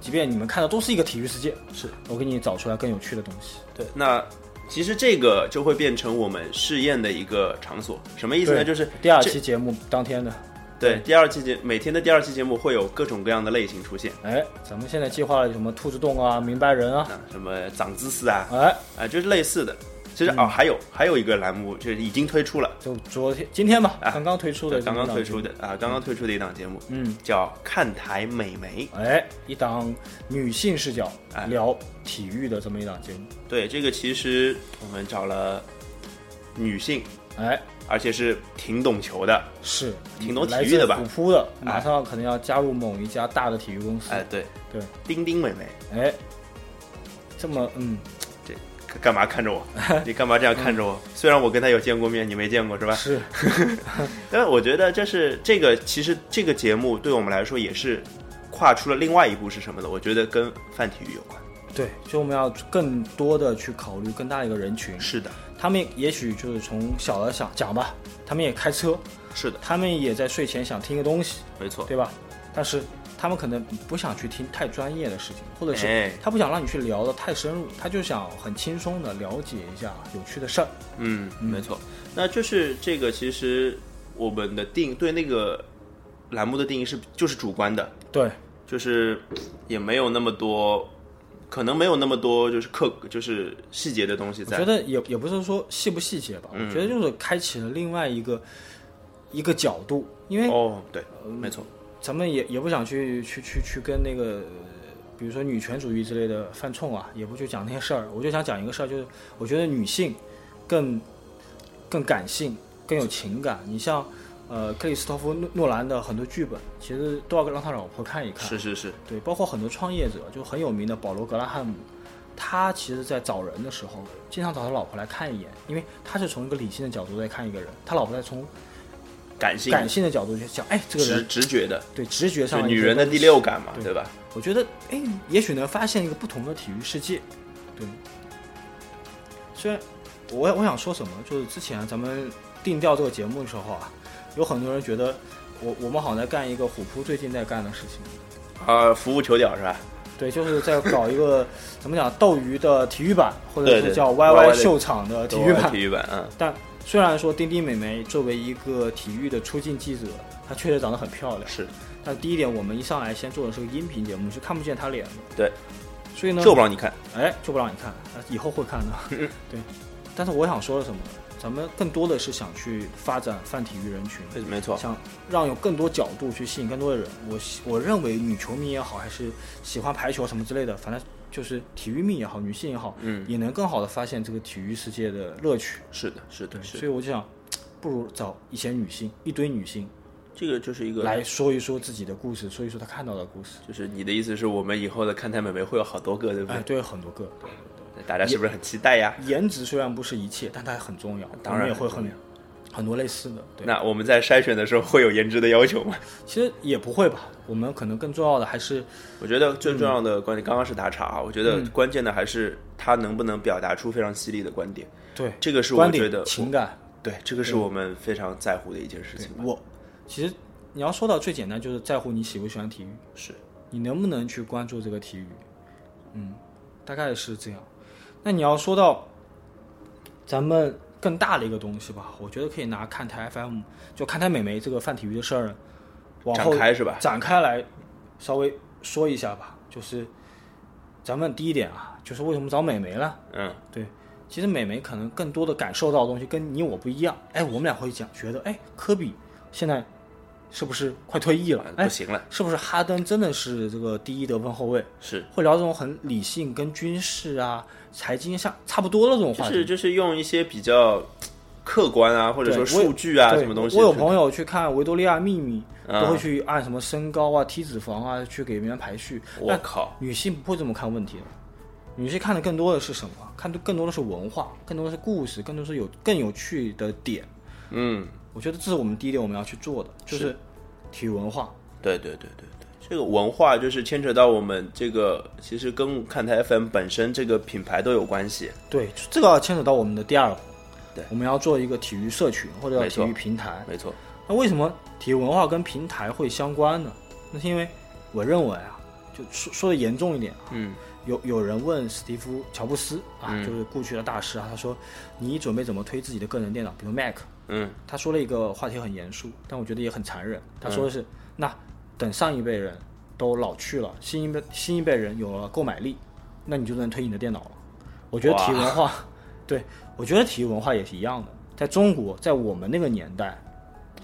Speaker 2: 即便你们看的都是一个体育世界，
Speaker 1: 是
Speaker 2: 我给你找出来更有趣的东西。
Speaker 1: 对。那其实这个就会变成我们试验的一个场所，什么意思呢？
Speaker 2: 对
Speaker 1: 就是
Speaker 2: 第二
Speaker 1: 这
Speaker 2: 期节目当天的，
Speaker 1: 对第二期节每天的第二期节目会有各种各样的类型出现，
Speaker 2: 哎，咱们现在计划了什么兔子洞啊、明白人啊，
Speaker 1: 啊，什么长知识啊，
Speaker 2: 哎，
Speaker 1: 啊，就是类似的。其实、哦，还有还有一个栏目就是已经推出了，
Speaker 2: 就昨天今天吧，刚刚推出的，
Speaker 1: 啊刚刚推出的，啊，刚刚推出的一档节目，
Speaker 2: 嗯，
Speaker 1: 叫《看台美眉》。
Speaker 2: 哎，一档女性视角
Speaker 1: 哎
Speaker 2: 聊体育的这么一档节目，
Speaker 1: 对，这个其实我们找了女性，
Speaker 2: 哎，
Speaker 1: 而且是挺懂球的，
Speaker 2: 是
Speaker 1: 挺懂体育的吧
Speaker 2: 来自虎扑的，马上可能要加入某一家大的体育公司，
Speaker 1: 哎，对，
Speaker 2: 对，
Speaker 1: 丁丁美眉，
Speaker 2: 哎，这么嗯，
Speaker 1: 干嘛看着我？你干嘛这样看着我？虽然我跟她有见过面，你没见过是吧？ *laughs*
Speaker 2: 是
Speaker 1: 但是我觉得这是这个，其实这个节目对我们来说也是跨出了另外一步是什么呢？我觉得跟泛体育有关。
Speaker 2: 对，所以我们要更多的去考虑更大的一个人群，
Speaker 1: 是的，
Speaker 2: 他们也许就是从小的想讲吧，他们也开车，
Speaker 1: 是的，
Speaker 2: 他们也在睡前想听个东西，
Speaker 1: 没错。
Speaker 2: 对吧？但是他们可能不想去听太专业的事情，或者
Speaker 1: 哎
Speaker 2: 是他不想让你去聊的太深入，他就想很轻松的了解一下有趣的事儿。
Speaker 1: 嗯，没错。那就是这个，其实我们的定对那个栏目的定义是就是主观的，
Speaker 2: 对，
Speaker 1: 就是也没有那么多，可能没有那么多就是刻就是细节的东西
Speaker 2: 我
Speaker 1: 在
Speaker 2: 觉。得也也不是说细不细节吧，我觉得就是开启了另外一个一个角度，因为
Speaker 1: 哦，对，
Speaker 2: 嗯
Speaker 1: 没错，
Speaker 2: 咱们也也不想去去去去跟那个。呃比如说女权主义之类的犯冲啊，也不去讲那些事儿，我就想讲一个事儿，就是我觉得女性更更感性，更有情感。你像呃克里斯托弗诺诺兰的很多剧本，其实都要让他老婆看一看。
Speaker 1: 是是是，
Speaker 2: 对，包括很多创业者，就很有名的保罗·格拉汉姆，他其实在找人的时候，经常找他老婆来看一眼，因为他是从一个理性的角度在看一个人，他老婆在从
Speaker 1: 感性、
Speaker 2: 感性的角度去讲，哎，这个
Speaker 1: 直
Speaker 2: 人
Speaker 1: 直觉的，
Speaker 2: 对直觉
Speaker 1: 就
Speaker 2: 上
Speaker 1: 女人的
Speaker 2: 一些
Speaker 1: 第六感嘛，
Speaker 2: 对
Speaker 1: 对吧？
Speaker 2: 东西，我觉得哎，也许能发现一个不同的体育世界。对，虽然我我想说什么，就是之前咱们定调这个节目的时候啊，有很多人觉得我我们好像在干一个虎扑最近在干的事情。
Speaker 1: 啊，服务球屌是吧？
Speaker 2: 对，就是在搞
Speaker 1: *laughs*
Speaker 2: 一个怎么讲斗鱼的体育版，或
Speaker 1: 对
Speaker 2: 者
Speaker 1: 对
Speaker 2: 是叫
Speaker 1: 对 YY 的
Speaker 2: YY 秀场的体育版
Speaker 1: 体。育版，嗯，
Speaker 2: 但虽然说丁丁美眉作为一个体育的出镜记者，她确实长得很漂亮，
Speaker 1: 是，
Speaker 2: 但第一点，我们一上来先做的是个音频节目，是看不见她脸的。
Speaker 1: 对，
Speaker 2: 所以呢，
Speaker 1: 就不让你看，
Speaker 2: 哎就不让你看，呃以后会看的。
Speaker 1: *laughs*
Speaker 2: 对，但是我想说的是什么？咱们更多的是想去发展泛体育人群，
Speaker 1: 没没错，
Speaker 2: 想让有更多角度去吸引更多的人。我希我认为女球迷也好，还是喜欢排球什么之类的，反正就是体育迷也好，女性也好，
Speaker 1: 嗯，
Speaker 2: 也能更好的发现这个体育世界的乐趣。
Speaker 1: 是的，是的，
Speaker 2: 对，
Speaker 1: 是
Speaker 2: 所
Speaker 1: 的
Speaker 2: 以我就想，不如找一些女性，一堆女性
Speaker 1: 这个就是一个
Speaker 2: 来说一说自己的故事，说一说她看到的故事。
Speaker 1: 就是你的意思是我们以后的看台美眉会有好多个，对不
Speaker 2: 哎，
Speaker 1: 对？
Speaker 2: 对，很多个。
Speaker 1: 大家是不是很期待呀？
Speaker 2: 颜值虽然不是一切，但它很重要。
Speaker 1: 当然
Speaker 2: 我们也会
Speaker 1: 很重
Speaker 2: 很很多类似的。对，
Speaker 1: 那我们在筛选的时候会有颜值的要求吗？
Speaker 2: 其实也不会吧。我们可能更重要的还是
Speaker 1: 我觉得最重要的关键，刚刚是打岔啊，我觉得关键的还是他能不能表达出非常犀利的观点，
Speaker 2: 对
Speaker 1: 这个是我
Speaker 2: 观
Speaker 1: 觉
Speaker 2: 点
Speaker 1: 得、
Speaker 2: 情感。
Speaker 1: 对，这个是我们非常在乎的一件事情吧。
Speaker 2: 我其实你要说到最简单，就是在乎你喜不喜欢体育，
Speaker 1: 是
Speaker 2: 你能不能去关注这个体育，嗯，大概是这样。那你要说到咱们更大的一个东西吧，我觉得可以拿看台 FM，就看台美眉这个泛体育的事儿，往
Speaker 1: 展
Speaker 2: 后
Speaker 1: 开是吧？
Speaker 2: 展开来稍微说一下吧。就是咱们第一点啊，就是为什么找美眉呢？
Speaker 1: 嗯，
Speaker 2: 对，其实美眉可能更多的感受到的东西跟你我不一样。哎，我们俩会讲，觉得哎，科比现在是不是快退役了？
Speaker 1: 啊不
Speaker 2: 哎，
Speaker 1: 行了，
Speaker 2: 是不是哈登真的是这个第一得分后卫？
Speaker 1: 是。
Speaker 2: 会聊这种很理性、跟军事啊、财经上差不多的这种
Speaker 1: 就
Speaker 2: 话
Speaker 1: 是
Speaker 2: 题。
Speaker 1: 就是用一些比较客观啊，或者说
Speaker 2: 对我有
Speaker 1: 数据啊
Speaker 2: 对
Speaker 1: 什么东西去。
Speaker 2: 我有朋友去看《维多利亚秘密》，
Speaker 1: 啊
Speaker 2: 都会去按什么身高啊、体脂肪啊去给别人排序。
Speaker 1: 我
Speaker 2: 但
Speaker 1: 靠，
Speaker 2: 女性不会这么看问题的，女性看的更多的是什么？看的更多的是文化，更多的是故事，更多是有更有趣的点。
Speaker 1: 嗯，
Speaker 2: 我觉得这是我们第一点我们要去做的，就是体育文化。
Speaker 1: 对对对对对，这个文化就是牵扯到我们这个，其实跟看台 FM 本身这个品牌都有关系。
Speaker 2: 对，这个要牵扯到我们的第二个，
Speaker 1: 对
Speaker 2: 我们要做一个体育社群或者
Speaker 1: 没
Speaker 2: 叫
Speaker 1: 错
Speaker 2: 体育平台。
Speaker 1: 没错，
Speaker 2: 那为什么体育文化跟平台会相关呢？那是因为我认为啊，就说说的严重一点啊，
Speaker 1: 嗯，
Speaker 2: 有有人问史蒂夫·乔布斯啊，就是故去的大师啊，他说你准备怎么推自己的个人电脑，比如 Mac，
Speaker 1: 嗯，
Speaker 2: 他说了一个话题很严肃，但我觉得也很残忍。他说的是，那等上一辈人都老去了，新一辈新一辈人有了购买力，那你就能推你的电脑了。我觉得
Speaker 1: 哇
Speaker 2: 体育文化 *laughs* 对，我觉得体育文化也是一样的，在中国，在我们那个年代，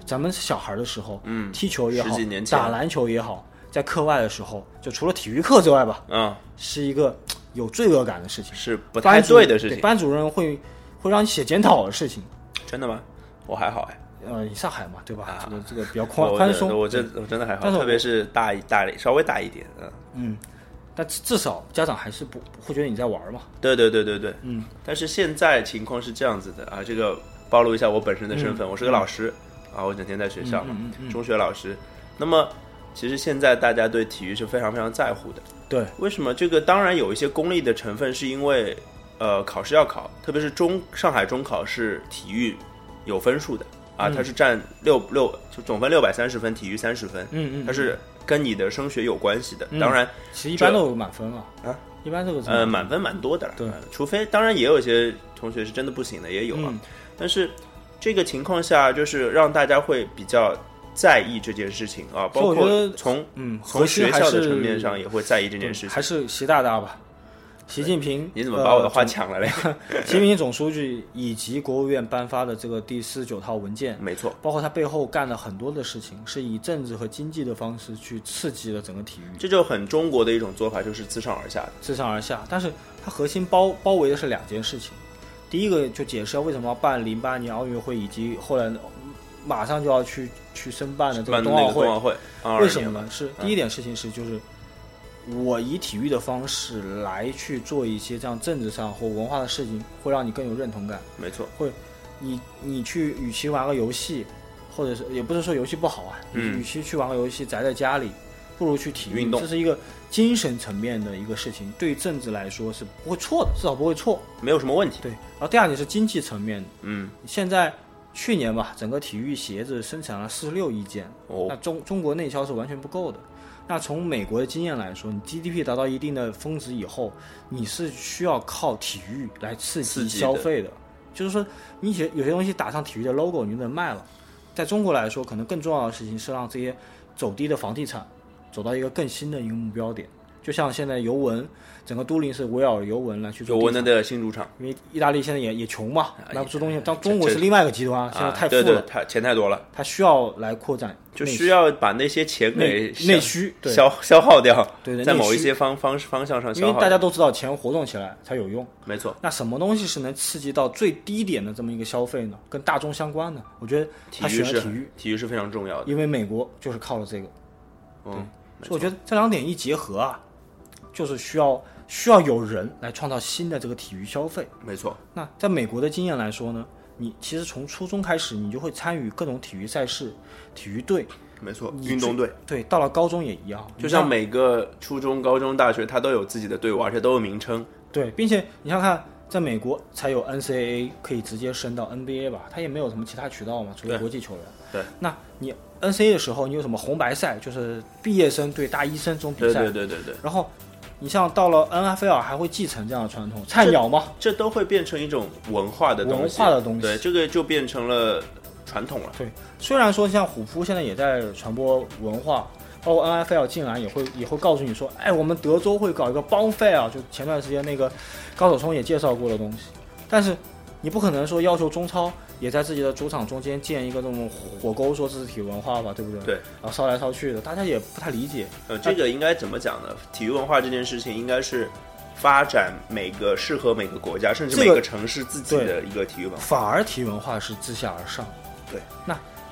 Speaker 2: 咱们小孩的时候，
Speaker 1: 嗯
Speaker 2: 踢球也
Speaker 1: 十
Speaker 2: 好
Speaker 1: 几年，前
Speaker 2: 打篮球也好，在课外的时候，就除了体育课之外吧，
Speaker 1: 啊、
Speaker 2: 是一个嘖有罪恶感的事情，
Speaker 1: 是不太
Speaker 2: 班主
Speaker 1: 对的事情，
Speaker 2: 班主任会会让你写检讨的事情。
Speaker 1: 真的吗？我还好哎，
Speaker 2: 呃，上海嘛，对吧？
Speaker 1: 啊
Speaker 2: 这个这个比较
Speaker 1: 我
Speaker 2: 宽
Speaker 1: 我
Speaker 2: 宽松，
Speaker 1: 我真我真的还好，
Speaker 2: 但是我
Speaker 1: 特别是大一大一稍微大一点，嗯，
Speaker 2: 嗯，但至至少家长还是不不会觉得你在玩嘛。
Speaker 1: 对对对对对，
Speaker 2: 嗯，
Speaker 1: 但是现在情况是这样子的啊，这个暴露一下我本身的身份，我是个老师啊，我整天在学校嘛，
Speaker 2: 嗯嗯嗯嗯
Speaker 1: 中学老师。那么其实现在大家对体育是非常非常在乎的，
Speaker 2: 对，
Speaker 1: 为什么？这个当然有一些功利的成分，是因为呃考试要考，特别是中上海中考是体育有分数的啊，
Speaker 2: 嗯
Speaker 1: 它是占六六就总分六百三十分，体育三十分，
Speaker 2: 嗯嗯，
Speaker 1: 它是跟你的升学有关系的。
Speaker 2: 嗯
Speaker 1: 当然，
Speaker 2: 其实一般都有满分啊，
Speaker 1: 啊，
Speaker 2: 一般都有
Speaker 1: 呃，满分蛮多的了，
Speaker 2: 对
Speaker 1: 呃除非当然也有一些同学是真的不行的，也有啊。
Speaker 2: 嗯
Speaker 1: 但是这个情况下，就是让大家会比较在意这件事情啊，
Speaker 2: 所以
Speaker 1: 包
Speaker 2: 我觉
Speaker 1: 括
Speaker 2: 得
Speaker 1: 从
Speaker 2: 嗯，
Speaker 1: 从
Speaker 2: 核心
Speaker 1: 学
Speaker 2: 还
Speaker 1: 校
Speaker 2: 是
Speaker 1: 的层面上也会在意这件事
Speaker 2: 对
Speaker 1: 情。
Speaker 2: 还是习大大吧。习近平，
Speaker 1: 你怎么把我的话
Speaker 2: 呃
Speaker 1: 抢了嘞？ *laughs*
Speaker 2: 总习近平总书记以及国务院颁发的这个第四十九套文件，
Speaker 1: 没错，
Speaker 2: 包括他背后干了很多的事情，是以政治和经济的方式去刺激了整个体育。
Speaker 1: 这就很中国的一种做法，就是自上而下的。
Speaker 2: 自上而下，但是它核心包包围的是两件事情。第一个就解释了为什么要办零八年奥运会，以及后来马上就要去去申办的这个
Speaker 1: 办的
Speaker 2: 冬
Speaker 1: 那
Speaker 2: 奥
Speaker 1: 个
Speaker 2: 会
Speaker 1: 冬，奥会，22
Speaker 2: 为什么
Speaker 1: 年
Speaker 2: 呢？是
Speaker 1: 嗯
Speaker 2: 第一点事情是就是我以体育的方式来去做一些这样政治上或文化的事情，会让你更有认同感。
Speaker 1: 没错，
Speaker 2: 你你去与其玩个游戏，或者是也不是说游戏不好啊，
Speaker 1: 嗯
Speaker 2: 与其去玩个游戏宅在家里，不如去体育
Speaker 1: 运动
Speaker 2: 这是一个精神层面的一个事情，对于政治来说是不会错的，至少不会错。
Speaker 1: 没有什么问题。
Speaker 2: 对，然后第二点是经济层面的，
Speaker 1: 嗯，
Speaker 2: 现在去年吧，整个体育鞋子生产了四十六亿件，那
Speaker 1: 哦，
Speaker 2: 中中国内销是完全不够的。那从美国的经验来说，你 GDP 达到一定的峰值以后，你是需要靠体育来刺
Speaker 1: 刺
Speaker 2: 激
Speaker 1: 激的
Speaker 2: 消费的。就是说，你有有些东西打上体育的 logo，你就能卖了。在中国来说，可能更重要的事情是让这些走低的房地产走到一个更新的一个目标点。就像现在尤文，整个都灵是围绕尤文来去做
Speaker 1: 有
Speaker 2: 地
Speaker 1: 文
Speaker 2: 产
Speaker 1: 的的新主场
Speaker 2: 因为意大利现在也也穷嘛，
Speaker 1: 啊
Speaker 2: 拿不出东西。
Speaker 1: 这
Speaker 2: 当中国
Speaker 1: 这
Speaker 2: 是另外一个极端啊，现在
Speaker 1: 啊，
Speaker 2: 太富
Speaker 1: 对对
Speaker 2: 了，，
Speaker 1: 太钱太多了，
Speaker 2: 它需要来扩展
Speaker 1: 就
Speaker 2: 内
Speaker 1: 需要把那些钱
Speaker 2: 内
Speaker 1: 给
Speaker 2: 内需，对
Speaker 1: 消消耗掉，
Speaker 2: 对的
Speaker 1: 在
Speaker 2: 内
Speaker 1: 某一
Speaker 2: 需
Speaker 1: 些方方方向上
Speaker 2: 因
Speaker 1: 消
Speaker 2: 为
Speaker 1: 耗
Speaker 2: 大
Speaker 1: 掉。
Speaker 2: 家都知道钱活动起来才有用。
Speaker 1: 没错，
Speaker 2: 那什么东西是能刺激到最低点的这么一个消费呢？跟大众相关的，我觉得
Speaker 1: 体
Speaker 2: 他
Speaker 1: 育
Speaker 2: 选
Speaker 1: 是
Speaker 2: 了体育，
Speaker 1: 体育是非常重要的。
Speaker 2: 因为美国就是靠了这个。
Speaker 1: 嗯，
Speaker 2: 所以我觉得这两点一结合啊，就是需要需要有人来创造新的这个体育消费。
Speaker 1: 没错，
Speaker 2: 那在美国的经验来说呢，你其实从初中开始，你就会参与各种体育赛事、体育队，
Speaker 1: 没错，
Speaker 2: 你
Speaker 1: 运动队
Speaker 2: 对，到了高中也一样，
Speaker 1: 就像每个初中、高中、大学，它都有自己的队伍，而且都有名称。
Speaker 2: 对，并且你想想看，在美国才有 NCAA 可以直接升到 NBA 吧，它也没有什么其他渠道嘛，除了
Speaker 1: 对
Speaker 2: 国际球员。
Speaker 1: 对，
Speaker 2: 那你 NCAA 的时候，你有什么红白赛，就是毕业生对大一生这种比
Speaker 1: 对
Speaker 2: 赛，
Speaker 1: 对对对对，
Speaker 2: 然后。你像到了 NFL 还会继承这样的传统，菜鸟嘛，
Speaker 1: 这都会变成一种文化的东西。
Speaker 2: 文化的东西
Speaker 1: 对，这个就变成了传统了。
Speaker 2: 虽然说像虎扑现在也在传播文化，包括 NFL 进来也会也会告诉你说，哎，我们德州会搞一个 bonfire，就前段时间那个高晓松也介绍过的东西。但是你不可能说要求中超也在自己的主场中间建一个这种火锅，说这是体育文化吧，对不对？
Speaker 1: 对。
Speaker 2: 然后烧来烧去的，大家也不太理解。
Speaker 1: 呃，这个应该怎么讲呢？体育文化这件事情应该是发展每个适合每个国家，甚至
Speaker 2: 这
Speaker 1: 每
Speaker 2: 个
Speaker 1: 个城市自己的一个体育文化。
Speaker 2: 反而体育文化是自下而上，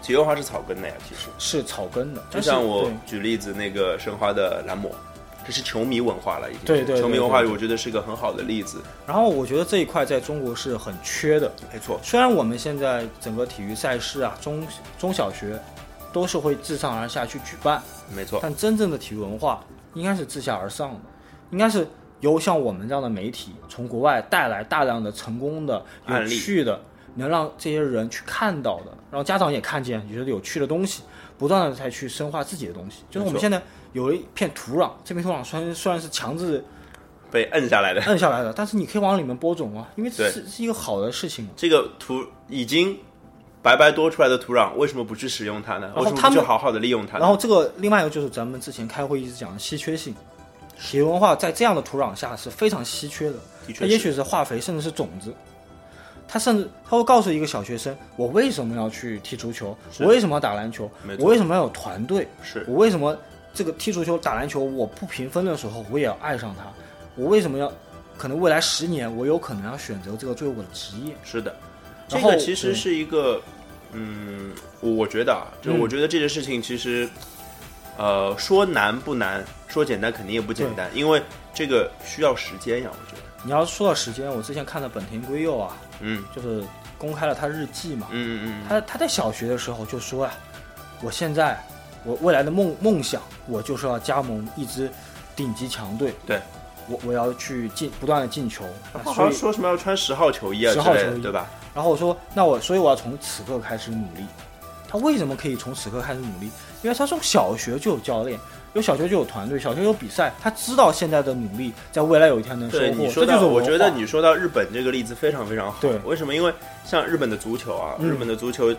Speaker 1: 体育文化是草根的呀，其实
Speaker 2: 是草根的。
Speaker 1: 就
Speaker 2: 但是
Speaker 1: 像我
Speaker 2: 对
Speaker 1: 举例子，那个申花的蓝魔，这是球迷文化了，已经是。
Speaker 2: 对对对
Speaker 1: 球迷文化
Speaker 2: 对对
Speaker 1: 我觉得是个很好的例子。
Speaker 2: 然后我觉得这一块在中国是很缺的。
Speaker 1: 没错，
Speaker 2: 虽然我们现在整个体育赛事啊，中中小学都是会自上而下去举办，
Speaker 1: 没错，
Speaker 2: 但真正的体育文化应该是自下而上的，应该是由像我们这样的媒体从国外带来大量的成功的、
Speaker 1: 案
Speaker 2: 有
Speaker 1: 例
Speaker 2: 趣的，能让这些人去看到的，让家长也看见，觉得有趣的东西，不断的再去深化自己的东西。就是我
Speaker 1: 没错
Speaker 2: 们现在有一片土壤，这片土壤虽然虽然是强制
Speaker 1: 被摁下来的。
Speaker 2: 摁下来的，但是你可以往里面播种啊，因为
Speaker 1: 对
Speaker 2: 这是是一个好的事情。
Speaker 1: 这个土已经白白多出来的土壤，为什么不去使用它呢？为
Speaker 2: 后
Speaker 1: 什么
Speaker 2: 他
Speaker 1: 不
Speaker 2: 们
Speaker 1: 去好好的利用它呢？
Speaker 2: 然后这个另外一个就是咱们之前开会一直讲的稀缺性，体育文化在这样的土壤下是非常稀缺的，
Speaker 1: 的确
Speaker 2: 它
Speaker 1: 是
Speaker 2: 也许是化肥，甚至是种子。他甚至他会告诉一个小学生，我为什么要去踢足球，
Speaker 1: 是
Speaker 2: 我为什么要打篮球
Speaker 1: 没，错
Speaker 2: 我为什么要有团队，
Speaker 1: 是
Speaker 2: 我为什么这个踢足球、打篮球我不评分的时候，我也要爱上它？我为什么要？可能未来十年，我有可能要选择这个作为我的职业。
Speaker 1: 是的，这
Speaker 2: 然后
Speaker 1: 个其实是一个，嗯，我我觉得啊，就
Speaker 2: 嗯
Speaker 1: 我觉得这件事情其实，呃，说难不难，说简单肯定也不简单，因为这个需要时间呀，我觉得，
Speaker 2: 你要说到时间，我之前看的本田圭佑啊，
Speaker 1: 嗯
Speaker 2: 就是公开了他日记嘛。
Speaker 1: 嗯嗯嗯，
Speaker 2: 他他在小学的时候就说啊，我现在我未来的梦梦想，我就是要加盟一支顶级强队。
Speaker 1: 对，
Speaker 2: 我我要去进不断的进球。
Speaker 1: 他
Speaker 2: 啊
Speaker 1: 好
Speaker 2: 所
Speaker 1: 像
Speaker 2: 以，
Speaker 1: 说什么要穿嗯十号球衣啊之
Speaker 2: 10号
Speaker 1: 类
Speaker 2: 球
Speaker 1: 的，
Speaker 2: 衣
Speaker 1: 对吧？
Speaker 2: 然后我说，那我所以我要从此刻开始努力。他为什么可以从此刻开始努力？因为他从小学就有教练，有小学就有团队，小学有比赛，他知道现在的努力在未来有一天能收
Speaker 1: 对，
Speaker 2: 获。
Speaker 1: 你说
Speaker 2: 这就
Speaker 1: 到，
Speaker 2: 是
Speaker 1: 我
Speaker 2: 文
Speaker 1: 觉得
Speaker 2: 化
Speaker 1: 你说到日本这个例子非常非常好。
Speaker 2: 对
Speaker 1: 为什么？因为像日本的足球啊，
Speaker 2: 嗯
Speaker 1: 日本的足球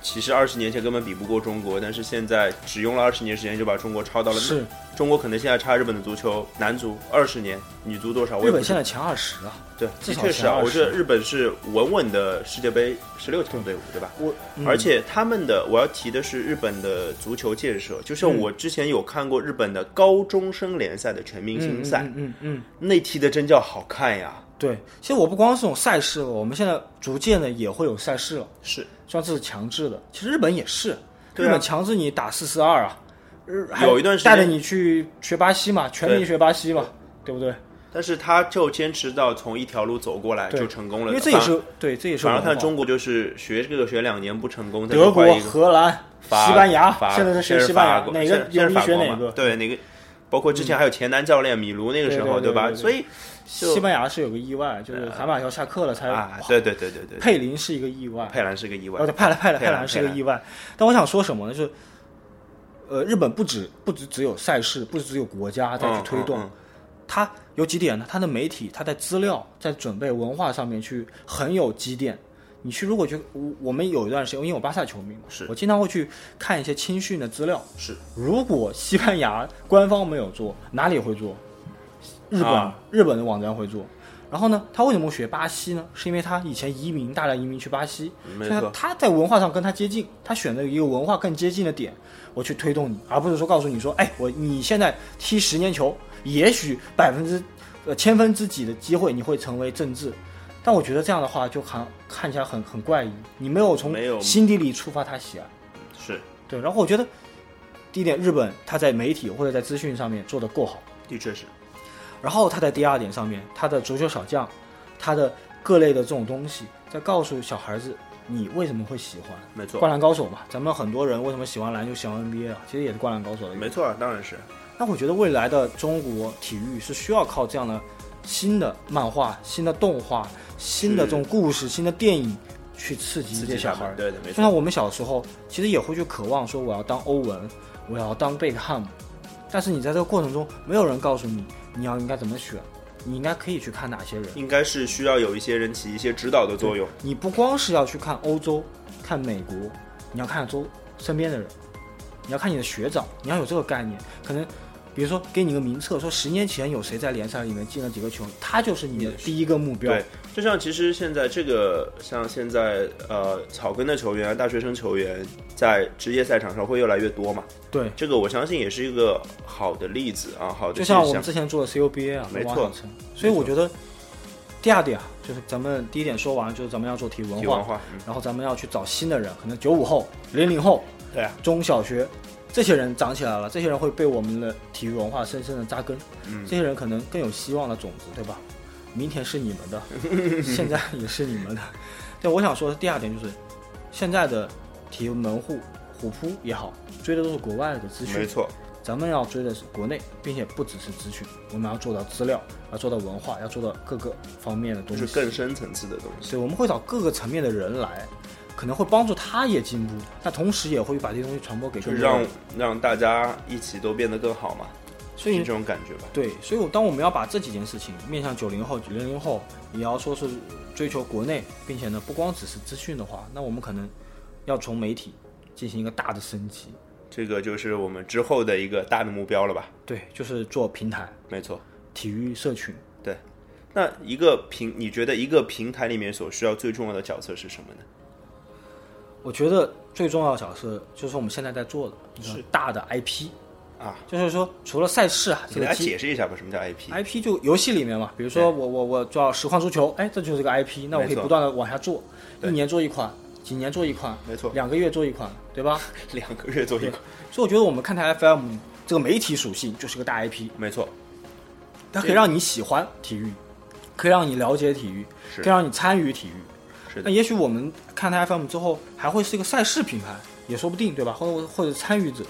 Speaker 1: 其实二十年前根本比不过中国，但是现在只用了二十年时间就把中国超到了。
Speaker 2: 是
Speaker 1: 中国可能现在差日本的足球男足二十年，女足多少？我
Speaker 2: 日
Speaker 1: 也不
Speaker 2: 本
Speaker 1: 知
Speaker 2: 现
Speaker 1: 道。
Speaker 2: 在前二十啊。
Speaker 1: 对，
Speaker 2: 至
Speaker 1: 的
Speaker 2: 少
Speaker 1: 确是啊，
Speaker 2: 前20
Speaker 1: 我觉得日本是稳稳的世界杯十六强队伍，对吧？
Speaker 2: 我、嗯
Speaker 1: 而且他们的我要提的是日本的足球建设，就
Speaker 2: 嗯
Speaker 1: 像我之前有看过日本的高中生联赛的全明星赛，
Speaker 2: 嗯嗯嗯嗯
Speaker 1: 那踢的真叫好看呀！
Speaker 2: 对，其实我不光是这种赛事了，我们现在逐渐的也会有赛事了，
Speaker 1: 是
Speaker 2: 虽然这是强制的，其实日本也是，
Speaker 1: 对啊
Speaker 2: 日本强制你打四四二啊，日还
Speaker 1: 有一段时间
Speaker 2: 带着你去学巴西嘛，全民学巴西嘛，对不对？
Speaker 1: 但是他就坚持到从一条路走过来
Speaker 2: 对
Speaker 1: 就成功了，
Speaker 2: 因为这也
Speaker 1: 反
Speaker 2: 是对，这也是
Speaker 1: 反而
Speaker 2: 文化
Speaker 1: 看中国就是学这个学两年不成功，再去
Speaker 2: 德
Speaker 1: 换
Speaker 2: 国、
Speaker 1: 一个
Speaker 2: 荷兰、
Speaker 1: 法
Speaker 2: 西班牙
Speaker 1: 法，
Speaker 2: 现在是学
Speaker 1: 是
Speaker 2: 西班
Speaker 1: 法
Speaker 2: 牙，
Speaker 1: 国
Speaker 2: 哪
Speaker 1: 现
Speaker 2: 个
Speaker 1: 在
Speaker 2: 有
Speaker 1: 现在
Speaker 2: 利
Speaker 1: 法
Speaker 2: 学
Speaker 1: 国
Speaker 2: 哪
Speaker 1: 嘛
Speaker 2: 个？嗯
Speaker 1: 对哪个，包括之前还有前男教练米卢那个时候，
Speaker 2: 对对对
Speaker 1: 吧？
Speaker 2: 对对
Speaker 1: 所以就
Speaker 2: 西班牙是有个意外，就是海马乔下课了才，
Speaker 1: 啊，对对对对对，
Speaker 2: 哎佩林是一个意外，
Speaker 1: 佩兰是个意外
Speaker 2: 哦，，对，派了派了
Speaker 1: 佩
Speaker 2: 派
Speaker 1: 兰
Speaker 2: 兰是个
Speaker 1: 佩兰
Speaker 2: 意外。但我想说什么呢？就是，呃，日本不止不止只有赛事，不止只有国家在去
Speaker 1: 嗯
Speaker 2: 推动，
Speaker 1: 嗯嗯
Speaker 2: 它有几点呢？它的媒体，它在资料，在准备文化上面去很有积淀。你去如果去，我我们有一段时间，因为我巴萨球迷嘛，
Speaker 1: 是
Speaker 2: 我经常会去看一些青训的资料。
Speaker 1: 是
Speaker 2: 如果西班牙官方没有做，哪里会做？日本、
Speaker 1: 啊
Speaker 2: 日本的网站会做。然后呢，他为什么学巴西呢？是因为他以前移民，大量移民去巴西，
Speaker 1: 没
Speaker 2: 所以他
Speaker 1: 错
Speaker 2: 他在文化上跟他接近，他选择一个文化更接近的点，我去推动你，而不是说告诉你说，哎，我你现在踢十年球，也许百分之呃千分之几的机会你会成为政治，但我觉得这样的话就看看起来很很怪异，你没有从
Speaker 1: 没有
Speaker 2: 心底里触发他喜爱。
Speaker 1: 是
Speaker 2: 对，然后我觉得第一点，日本他在媒体或者在资讯上面做得够好，
Speaker 1: 的确是
Speaker 2: 然后他在第二点上面，他的足球小将，他的各类的这种东西，在告诉小孩子你为什么会喜欢。
Speaker 1: 没错
Speaker 2: 灌篮高手嘛，咱们很多人为什么喜欢篮球、喜欢 NBA 啊？其实也是灌篮高手的原因。
Speaker 1: 没错，啊当然是
Speaker 2: 那我觉得未来的中国体育是需要靠这样的新的漫画、新的动画、新的这种故事、新的电影去刺激
Speaker 1: 自
Speaker 2: 一
Speaker 1: 己
Speaker 2: 些小
Speaker 1: 想
Speaker 2: 孩
Speaker 1: 的
Speaker 2: 儿。
Speaker 1: 对的，没
Speaker 2: 就像
Speaker 1: 错，
Speaker 2: 我们小时候，其实也会去渴望说我要当欧文，我要当贝克汉姆，但是你在这个过程中，没有人告诉你你要应该怎么选，你应该可以去看哪些人。
Speaker 1: 应该是需要有一些人起一些指导的作用，
Speaker 2: 你不光是要去看欧洲、看美国，你要看周身边的人，你要看你的学长，你要有这个概念。可能比如说给你个名册，说十年前有谁在联赛里面进了几个球，他就是你的第一个目标
Speaker 1: 对。，就像其实现在这个，像现在呃草根的球员、大学生球员在职业赛场上会越来越多嘛，
Speaker 2: 对，
Speaker 1: 这个我相信也是一个好的例子啊，好的
Speaker 2: 就
Speaker 1: 现
Speaker 2: 像我们
Speaker 1: 象。
Speaker 2: 之前做的 CUBA 啊，
Speaker 1: 没错
Speaker 2: 王小晨。所以我觉得第二点啊，就是咱们第一点说完，就是咱们要做体育文
Speaker 1: 体育
Speaker 2: 化，
Speaker 1: 文化，嗯，
Speaker 2: 然后咱们要去找新的人，可能九五后、零零后、
Speaker 1: 对啊，
Speaker 2: 中小学，这些人长起来了，这些人会被我们的体育文化深深的扎根，
Speaker 1: 嗯
Speaker 2: 这些人可能更有希望的种子，对吧？明天是你们的， *laughs* 现在也是你们的。对，我想说的第二点就是，现在的体育门户虎扑也好，追的都是国外的资
Speaker 1: 嗯没
Speaker 2: 讯，
Speaker 1: 错，
Speaker 2: 咱们要追的是国内，并且不只是资讯，我们要做到资料，要做到文化，要做到各个方面的
Speaker 1: 就
Speaker 2: 东西
Speaker 1: 是。更深层次的东西。
Speaker 2: 所以我们会找各个层面的人来，可能会帮助他也进步，那同时也会把这些东西传播给
Speaker 1: 就
Speaker 2: 更
Speaker 1: 是
Speaker 2: 多人
Speaker 1: 让让大家一起都变得更好嘛，
Speaker 2: 所
Speaker 1: 是这
Speaker 2: 以
Speaker 1: 种感觉吧。
Speaker 2: 对，所以我当我们要把这几件事情面向九零后、九零零后，也要说是追求国内，并且呢不光只是资讯的话，那我们可能要从媒体进行一个大的升级，
Speaker 1: 这个就是我们之后的一个大的目标了吧？
Speaker 2: 对，就是做平台、
Speaker 1: 没错，
Speaker 2: 体育社群，
Speaker 1: 对，那一个平，你觉得一个平台里面所需要最重要的角色是什么呢？
Speaker 2: 我觉得最重要的角色就是我们现在在做的，是大的 IP
Speaker 1: 啊，
Speaker 2: 就是说除了赛事啊，这
Speaker 1: 给
Speaker 2: 个
Speaker 1: 大家
Speaker 2: T
Speaker 1: 解释一下吧，什么叫 IP？
Speaker 2: IP 就游戏里面嘛，比如说我我我叫实况足球，哎，这就是个 IP，那我可
Speaker 1: 没
Speaker 2: 以
Speaker 1: 错
Speaker 2: 不断的往下做，一
Speaker 1: 对
Speaker 2: 年做一款，几年做一款，
Speaker 1: 没错，
Speaker 2: 两个月做一款，对吧？
Speaker 1: 两个月做一个，
Speaker 2: 所以我觉得我们看台 FM 这个媒体属性就是个大 IP，
Speaker 1: 没错，
Speaker 2: 它可以让你喜欢体育，可以让你了解体育，
Speaker 1: 是
Speaker 2: 可以让你参与体育。
Speaker 1: 是
Speaker 2: 那
Speaker 1: 的，
Speaker 2: 也许我们看台 FM 之后还会是一个赛事品牌，也说不定，对吧？或者或者参与者，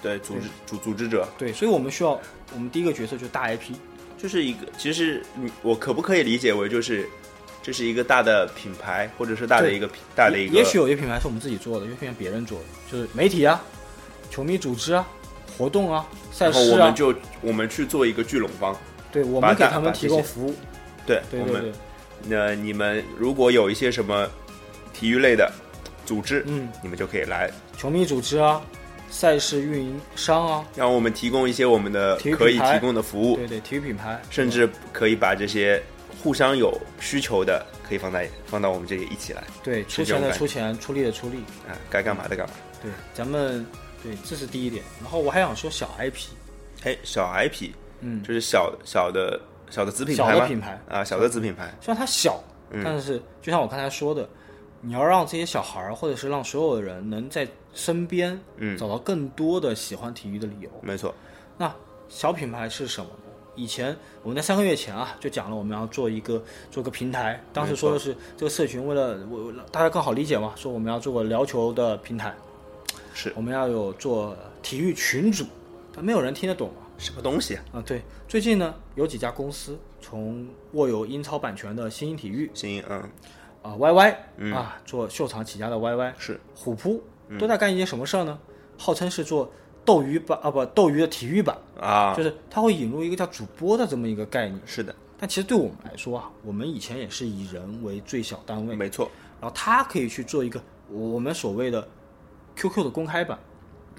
Speaker 1: 对，组织组组织者
Speaker 2: 对，所以我们需要我们第一个角色就是大 IP，
Speaker 1: 就是一个，其实你我可不可以理解为就是这是一个大的品牌，或者是大的
Speaker 2: 对
Speaker 1: 一个品大的一个，
Speaker 2: 也许有些品牌是我们自己做的，有些品牌别人做的，就是媒体啊、球迷组织啊、活动啊、赛
Speaker 1: 然后我
Speaker 2: 事啊
Speaker 1: 们，就我们去做一个聚拢方。
Speaker 2: 对我
Speaker 1: 把
Speaker 2: 们给
Speaker 1: 大
Speaker 2: 他
Speaker 1: 把
Speaker 2: 们提
Speaker 1: 这些
Speaker 2: 供服务，
Speaker 1: 对，
Speaker 2: 对
Speaker 1: 我
Speaker 2: 对
Speaker 1: 们
Speaker 2: 对，
Speaker 1: 那你们如果有一些什么体育类的组织，
Speaker 2: 嗯，
Speaker 1: 你们就可以来
Speaker 2: 球迷组织啊、赛事运营商啊，
Speaker 1: 让我们提供一些我们的
Speaker 2: 体育
Speaker 1: 可以
Speaker 2: 品牌
Speaker 1: 提供的服务，
Speaker 2: 对对，体育品牌，
Speaker 1: 甚至可以把这些互相有需求的可以放在放到我们这里一起来
Speaker 2: 对出
Speaker 1: 是这
Speaker 2: 钱
Speaker 1: 种
Speaker 2: 的
Speaker 1: 感
Speaker 2: 出钱，出力的出力，
Speaker 1: 啊，该干嘛的干嘛。
Speaker 2: 对，咱们对这是第一点。然后我还想说小 IP，
Speaker 1: 哎，小 IP
Speaker 2: 嗯，
Speaker 1: 就是小小的小的子品牌
Speaker 2: 小的
Speaker 1: 吗？
Speaker 2: 品牌
Speaker 1: 啊，小的子品牌，
Speaker 2: 虽然它小，
Speaker 1: 嗯
Speaker 2: 但是就像我刚才说的，你要让这些小孩儿，或者是让所有的人能在身边，
Speaker 1: 嗯
Speaker 2: 找到更多的喜欢体育的理由。
Speaker 1: 没错，
Speaker 2: 那小品牌是什么呢？以前我们在三个月前啊，就讲了我们要做一个做个平台，当时说的是这个社群为了为为了大家更好理解嘛，说我们要做个聊球的平台，
Speaker 1: 是
Speaker 2: 我们要有做体育群组，但没有人听得懂啊。
Speaker 1: 什么东西啊？
Speaker 2: 啊，对，最近呢，有几家公司从握有英超版权的新英体育
Speaker 1: 行，嗯，
Speaker 2: 啊、YY、啊，做秀场起家的 YY
Speaker 1: 是
Speaker 2: 虎扑，都在干一件什么事儿呢？号称是做斗鱼版啊，不，斗鱼的体育版，
Speaker 1: 啊
Speaker 2: 就，是它会引入一个叫主播的这么一个概念。
Speaker 1: 是的，
Speaker 2: 但其实对我们来说啊，我们以前也是以人为最小单位，
Speaker 1: 没错，
Speaker 2: 然后它可以去做一个我们所谓的 QQ 的公开版，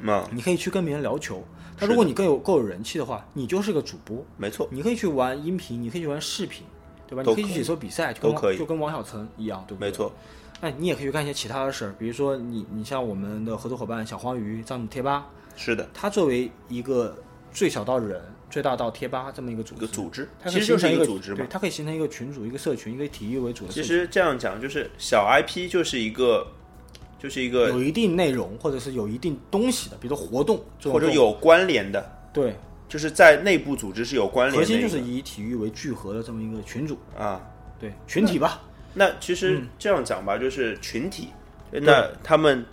Speaker 1: 嗯，
Speaker 2: 你可以去跟别人聊球。
Speaker 1: 是
Speaker 2: 但如果你更有够有人气的话，你就是个主播。
Speaker 1: 没错，
Speaker 2: 你可以去玩音频，你可以去玩视频，对吧？
Speaker 1: 都
Speaker 2: 你可以去解说比赛，就跟
Speaker 1: 都可以
Speaker 2: 就跟王小晨一样，对不对？
Speaker 1: 没。错，
Speaker 2: 那你也可以去干一些其他的事儿，比如说你你像我们的合作伙伴小黄鱼、詹姆贴吧，
Speaker 1: 是的，
Speaker 2: 它作为一个最小到人、最大到贴吧这么一个组
Speaker 1: 一
Speaker 2: 织，
Speaker 1: 个组织，
Speaker 2: 它可
Speaker 1: 其
Speaker 2: 以
Speaker 1: 实就
Speaker 2: 形
Speaker 1: 是
Speaker 2: 成
Speaker 1: 一
Speaker 2: 一
Speaker 1: 个组织嘛
Speaker 2: 对，。它可以形成一个群组、一个社群、一个体育为主的社
Speaker 1: 其
Speaker 2: 群，
Speaker 1: 实这样讲，就是小 IP 就是一个，就是一个
Speaker 2: 有一定内容或者是有一定东西的，比如说活动这种
Speaker 1: 或者
Speaker 2: 东西
Speaker 1: 有关联的，
Speaker 2: 对，
Speaker 1: 就是在内部组织是有关联
Speaker 2: 核
Speaker 1: 的。
Speaker 2: 心就是以体育为聚合的这么一个群组，
Speaker 1: 啊，
Speaker 2: 对群体吧，
Speaker 1: 那其实这样讲吧，就是群体，那他们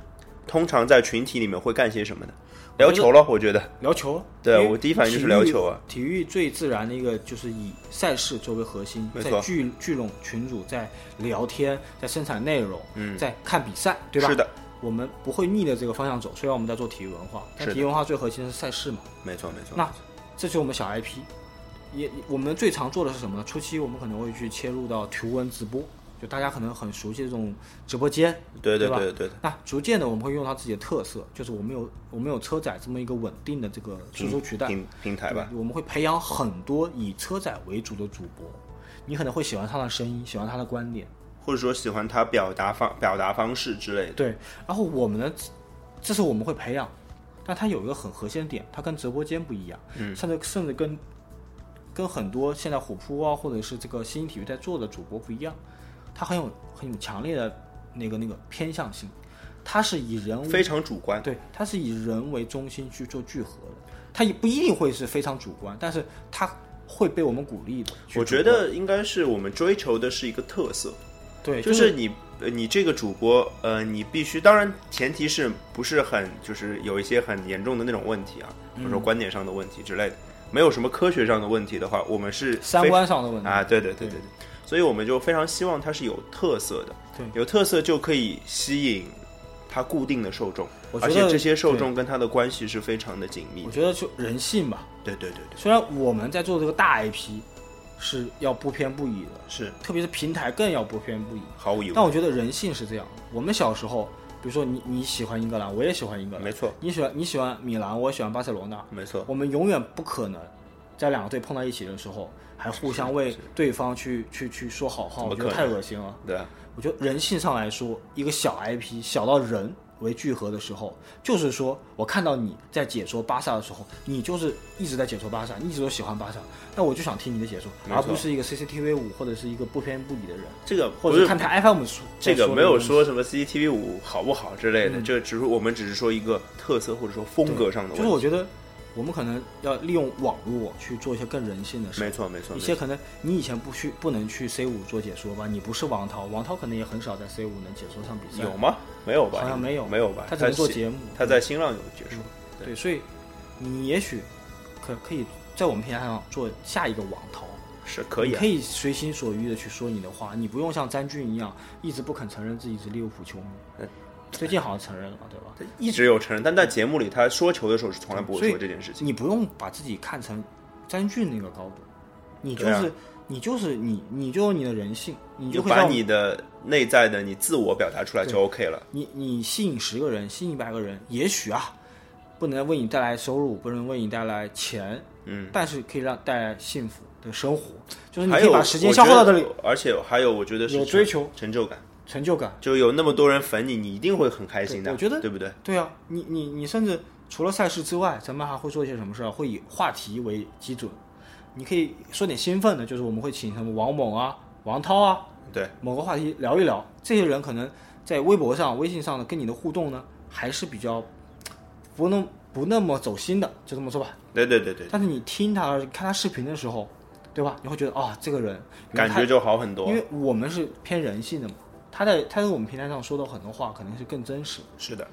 Speaker 1: 通常在群体里面会干些什么呢？聊球了，我觉得
Speaker 2: 聊球。
Speaker 1: 对
Speaker 2: 因为
Speaker 1: 我第一反应就是聊球啊
Speaker 2: 体育。体育最自然的一个就是以赛事作为核心，
Speaker 1: 没错
Speaker 2: 在聚聚拢群主，在聊天，在生产内容，嗯，在看比赛，对吧？
Speaker 1: 是的，
Speaker 2: 我们不会逆着这个方向走。虽然我们在做体育文化，但
Speaker 1: 是的
Speaker 2: 体育文化最核心的是赛事嘛。
Speaker 1: 没错没错。
Speaker 2: 那这就是我们小 IP。也我们最常做的是什么呢？初期我们可能会去切入到图文直播，就大家可能很熟悉的这种直播间，
Speaker 1: 对
Speaker 2: 对
Speaker 1: 对
Speaker 2: 吧
Speaker 1: 对对对，
Speaker 2: 那逐渐的，我们会用它自己的特色，就是我们有我们有车载这么一个稳定的这个输出渠道
Speaker 1: 嗯平平台吧，
Speaker 2: 对我们会培养很多以车载为主的主播，你可能会喜欢他的声音，喜欢他的观点，
Speaker 1: 或者说喜欢他表达方表达方式之类的。
Speaker 2: 对。然后我们呢，这是我们会培养，但它有一个很核心的点，它跟直播间不一样，嗯，甚至甚至跟跟很多现在虎扑啊，或者是这个新体育在做的主播不一样，它很有很有强烈的那个那个偏向性，它是以人为
Speaker 1: 非常主观，
Speaker 2: 嗯对，它是以人为中心去做聚合的，它也不一定会是非常主观，但是它会被我们鼓励的去主观。
Speaker 1: 我觉得应该是我们追求的是一个特色，
Speaker 2: 对，
Speaker 1: 就是是你呃你这个主播，呃，你必须，当然前提是不是很就是有一些很严重的那种问题啊，比
Speaker 2: 嗯
Speaker 1: 如说观点上的问题之类的，没有什么科学上的问题的话，我们是
Speaker 2: 三
Speaker 1: 非
Speaker 2: 观上的问题。
Speaker 1: 啊，对对对对对，所以我们就非常希望它是有特色的，
Speaker 2: 对，
Speaker 1: 有特色就可以吸引它固定的受众，
Speaker 2: 我觉
Speaker 1: 而
Speaker 2: 得
Speaker 1: 且这些受众跟它的关系是非常的紧密
Speaker 2: 我
Speaker 1: 的，
Speaker 2: 觉得就人性吧，
Speaker 1: 对对对对，
Speaker 2: 虽然我们在做这个大 IP，是要不偏不倚的，
Speaker 1: 是
Speaker 2: 特别是平台更要不偏不倚。
Speaker 1: 毫无疑
Speaker 2: 但
Speaker 1: 问，
Speaker 2: 我觉得人性是这样的，我们小时候，比如说你你喜欢英格兰，我也喜欢英格兰，
Speaker 1: 没错嗯
Speaker 2: 你喜欢你喜欢米兰，我也喜欢巴塞罗那，
Speaker 1: 没错，
Speaker 2: 我们永远不可能在两个队碰到一起的时候，还互相为对方去去去说好话，
Speaker 1: 怎
Speaker 2: 我
Speaker 1: 么
Speaker 2: 觉得
Speaker 1: 可
Speaker 2: 太
Speaker 1: 能
Speaker 2: 恶心了。
Speaker 1: 对啊，
Speaker 2: 我觉得人性上来说，一个小 IP 小到人为聚合的时候，就是说我看到你在解说巴萨的时候，你就是一直在解说巴萨，你一直都喜欢巴萨，那我就想听你的解说，
Speaker 1: 没错
Speaker 2: 而不是一个 CCTV 五或者是一个不偏不倚的人，
Speaker 1: 这个
Speaker 2: 或
Speaker 1: 不
Speaker 2: 者是
Speaker 1: 是
Speaker 2: 看台 FM 说
Speaker 1: 这
Speaker 2: 在
Speaker 1: 个没有
Speaker 2: 东西
Speaker 1: 说什么 CCTV 五好不好之类的，
Speaker 2: 嗯
Speaker 1: 这个只是我们只是说一个特色或者说风格上的问
Speaker 2: 就是
Speaker 1: 题。
Speaker 2: 我觉得我们可能要利用网络去做一些更人性的事
Speaker 1: 没。错没错，
Speaker 2: 一
Speaker 1: 没
Speaker 2: 些
Speaker 1: 错
Speaker 2: 可能你以前不去不能去 C 五做解说吧，你不是王涛，王涛可能也很少在 C 五能解说上比赛。
Speaker 1: 有吗？没有吧？
Speaker 2: 好像没有
Speaker 1: 没有吧？
Speaker 2: 他只能做
Speaker 1: 新
Speaker 2: 节目嗯
Speaker 1: 他在新浪有解说。对
Speaker 2: 对，所以你也许可可以在我们平台上做下一个网淘，
Speaker 1: 是可以
Speaker 2: 你
Speaker 1: 啊
Speaker 2: 可，以随心所欲的去说你的话，你不用像詹俊一样一直不肯承认自己是利物浦球迷
Speaker 1: 嗯。
Speaker 2: 最近好像承认了嘛，对吧？
Speaker 1: 他一直有承认，但在节目里他说球的时候是从来不
Speaker 2: 嗯所
Speaker 1: 会
Speaker 2: 以
Speaker 1: 说这件事情。
Speaker 2: 你不用把自己看成詹俊那个高度，你就
Speaker 1: 对啊
Speaker 2: 是、你就是你，你就有你的人性，你
Speaker 1: 你
Speaker 2: 就
Speaker 1: 就
Speaker 2: 会
Speaker 1: 把
Speaker 2: 像
Speaker 1: 你的内在的你自我表达出来就 OK 了。
Speaker 2: 你你吸引十个人，吸引一百个人，也许啊，不能为你带来收入，不能为你带来钱，
Speaker 1: 嗯，
Speaker 2: 但是可以让带来幸福的生活，就是你
Speaker 1: 还
Speaker 2: 可以
Speaker 1: 有
Speaker 2: 把时间消耗到这里，，
Speaker 1: 我觉得而且还有，我觉得是
Speaker 2: 有追求
Speaker 1: 成就感，
Speaker 2: 成就感。
Speaker 1: 就有那么多人粉你，你一定会很开心的。
Speaker 2: 对我觉得
Speaker 1: 对不对？
Speaker 2: 对啊，你你你甚至除了赛事之外，咱们还会做一些什么事儿？啊会以话题为基准，你可以说点兴奋的，就是我们会请什么王猛啊、王涛啊，
Speaker 1: 对，
Speaker 2: 某个话题聊一聊。这些人可能在微博上、微信上的跟你的互动呢，还是比较不那不那么走心的，就这么说吧。
Speaker 1: 对对对对，
Speaker 2: 但是你听他看他视频的时候，对吧？你会觉得啊、这个人
Speaker 1: 感觉就好很多
Speaker 2: 因。为我们是偏人性的嘛，他在他在我们平台上说的很多话肯定是更真实。
Speaker 1: 是的，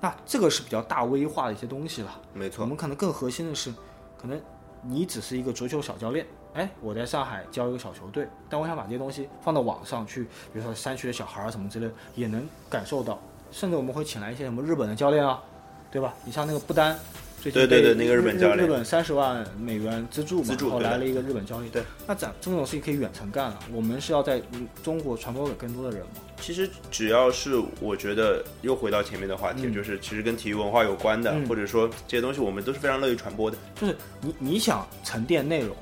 Speaker 2: 那这个是比较大 V 化的一些东西了。
Speaker 1: 没
Speaker 2: 我
Speaker 1: 错，
Speaker 2: 们可能更核心的是，可能你只是一个足球小教练，哎，我在上海教一个小球队，但我想把这些东西放到网上去，比如说山区的小孩儿啊什么之类的，也能感受到。甚至我们会请来一些什么日本的教练啊，对吧？你像那个不丹，最近
Speaker 1: 对对对
Speaker 2: 被
Speaker 1: 那个日本教练
Speaker 2: 日本三十万美元资助嘛，
Speaker 1: 资助
Speaker 2: 然后
Speaker 1: 对的
Speaker 2: 来了一个日本教练。
Speaker 1: 对，
Speaker 2: 那咱这种事情可以远程干了。我们是要在嗯中国传播给更多的人嘛？
Speaker 1: 其实只要是我觉得又回到前面的话题，
Speaker 2: 嗯
Speaker 1: 就是其实跟体育文化有关的，
Speaker 2: 嗯
Speaker 1: 或者说这些东西，我们都是非常乐于传播的。
Speaker 2: 就是你你想沉淀内容，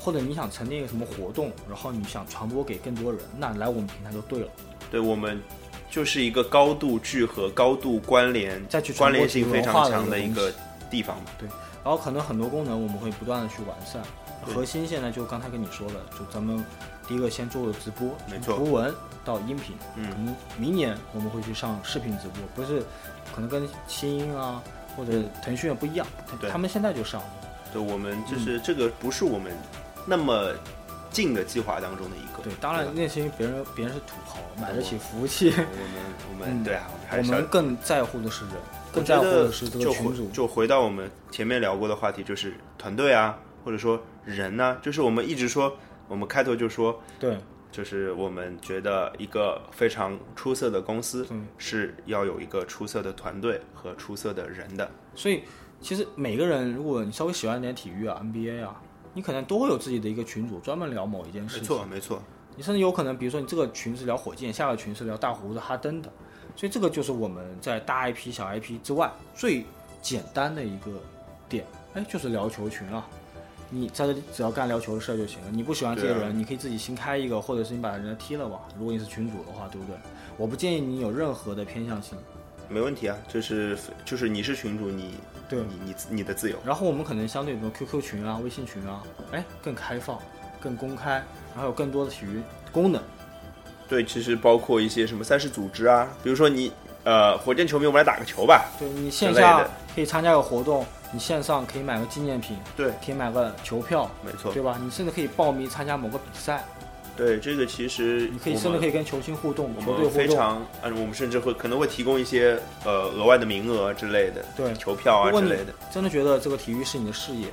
Speaker 2: 或者你想沉淀一个什么活动，然后你想传播给更多人，那来我们平台就对了。
Speaker 1: 对我们就是一个高度聚合、高度关联、
Speaker 2: 再去传播
Speaker 1: 关联性非常强的
Speaker 2: 体育
Speaker 1: 一
Speaker 2: 文化的
Speaker 1: 个地方吧。
Speaker 2: 然后可能很多功能我们会不断的去完善。
Speaker 1: 对
Speaker 2: 核心现在就刚才跟你说了，就咱们第一个先做直播，
Speaker 1: 没错
Speaker 2: 从图文到音频，可
Speaker 1: 嗯，
Speaker 2: 能明年我们会去上视频直播，不是，可能跟新音啊或者腾讯也不一样，
Speaker 1: 嗯对
Speaker 2: 他们现在就上了。
Speaker 1: 对，我们
Speaker 2: 嗯
Speaker 1: 就是、这个不是我们那么近的计划当中的一个。
Speaker 2: 对，当然
Speaker 1: 吧
Speaker 2: 那些别人别人是土豪，买得起服务器，
Speaker 1: 我们我们、
Speaker 2: 嗯
Speaker 1: 对啊，我们还
Speaker 2: 我
Speaker 1: 是想
Speaker 2: 们更在乎的是人，
Speaker 1: 我
Speaker 2: 更在
Speaker 1: 觉
Speaker 2: 乎
Speaker 1: 得
Speaker 2: 的是这个
Speaker 1: 就
Speaker 2: 群
Speaker 1: 回
Speaker 2: 主。
Speaker 1: 就回到我们前面聊过的话题，就是团队啊，或者说人呢、就是我们一直说，我们开头就说，
Speaker 2: 对，
Speaker 1: 就是我们觉得一个非常出色的公司
Speaker 2: 嗯
Speaker 1: 是要有一个出色的团队和出色的人的。
Speaker 2: 所以其实每个人，如果你稍微喜欢点体育啊、NBA 啊，你可能都会有自己的一个群组，专门聊某一件
Speaker 1: 没
Speaker 2: 事情。
Speaker 1: 错，没错，
Speaker 2: 你甚至有可能，比如说你这个群是聊火箭，下个群是聊大胡子、哈登的。所以这个就是我们在大 IP、小 IP 之外最简单的一个点，哎，就是聊球群啊。你在这里只要干聊球的事儿就行了。你不喜欢这些
Speaker 1: 对
Speaker 2: 人，
Speaker 1: 啊
Speaker 2: 你可以自己新开一个，或者是你把人家踢了吧。如果你是群主的话，对不对？我不建议你有任何的偏向性。
Speaker 1: 没问题啊，就是就是你是群主，你
Speaker 2: 对
Speaker 1: 你你你的自由，
Speaker 2: 然后我们可能相对比如 QQ 群啊、微信群啊，哎，更开放、更公开，然后有更多的体育功能。
Speaker 1: 对，其实包括一些什么赛事组织啊，比如说你呃火箭球迷，我们来打个球吧，
Speaker 2: 对你线
Speaker 1: 之类
Speaker 2: 下
Speaker 1: 的
Speaker 2: 可以参加个活动，你线上可以买个纪念品，
Speaker 1: 对，
Speaker 2: 可以买个球票，
Speaker 1: 没错，
Speaker 2: 对吧？你甚至可以报名参加某个比赛，
Speaker 1: 对这个其实
Speaker 2: 你可以
Speaker 1: 我们
Speaker 2: 甚至可以跟球星互动、球
Speaker 1: 我
Speaker 2: 队
Speaker 1: 们非
Speaker 2: 互动。
Speaker 1: 常，嗯，我们甚至会可能会提供一些呃额外的名额之类的，
Speaker 2: 对
Speaker 1: 球票啊
Speaker 2: 如果
Speaker 1: 之
Speaker 2: 你
Speaker 1: 类的，
Speaker 2: 真的觉得这个体育是你的事业，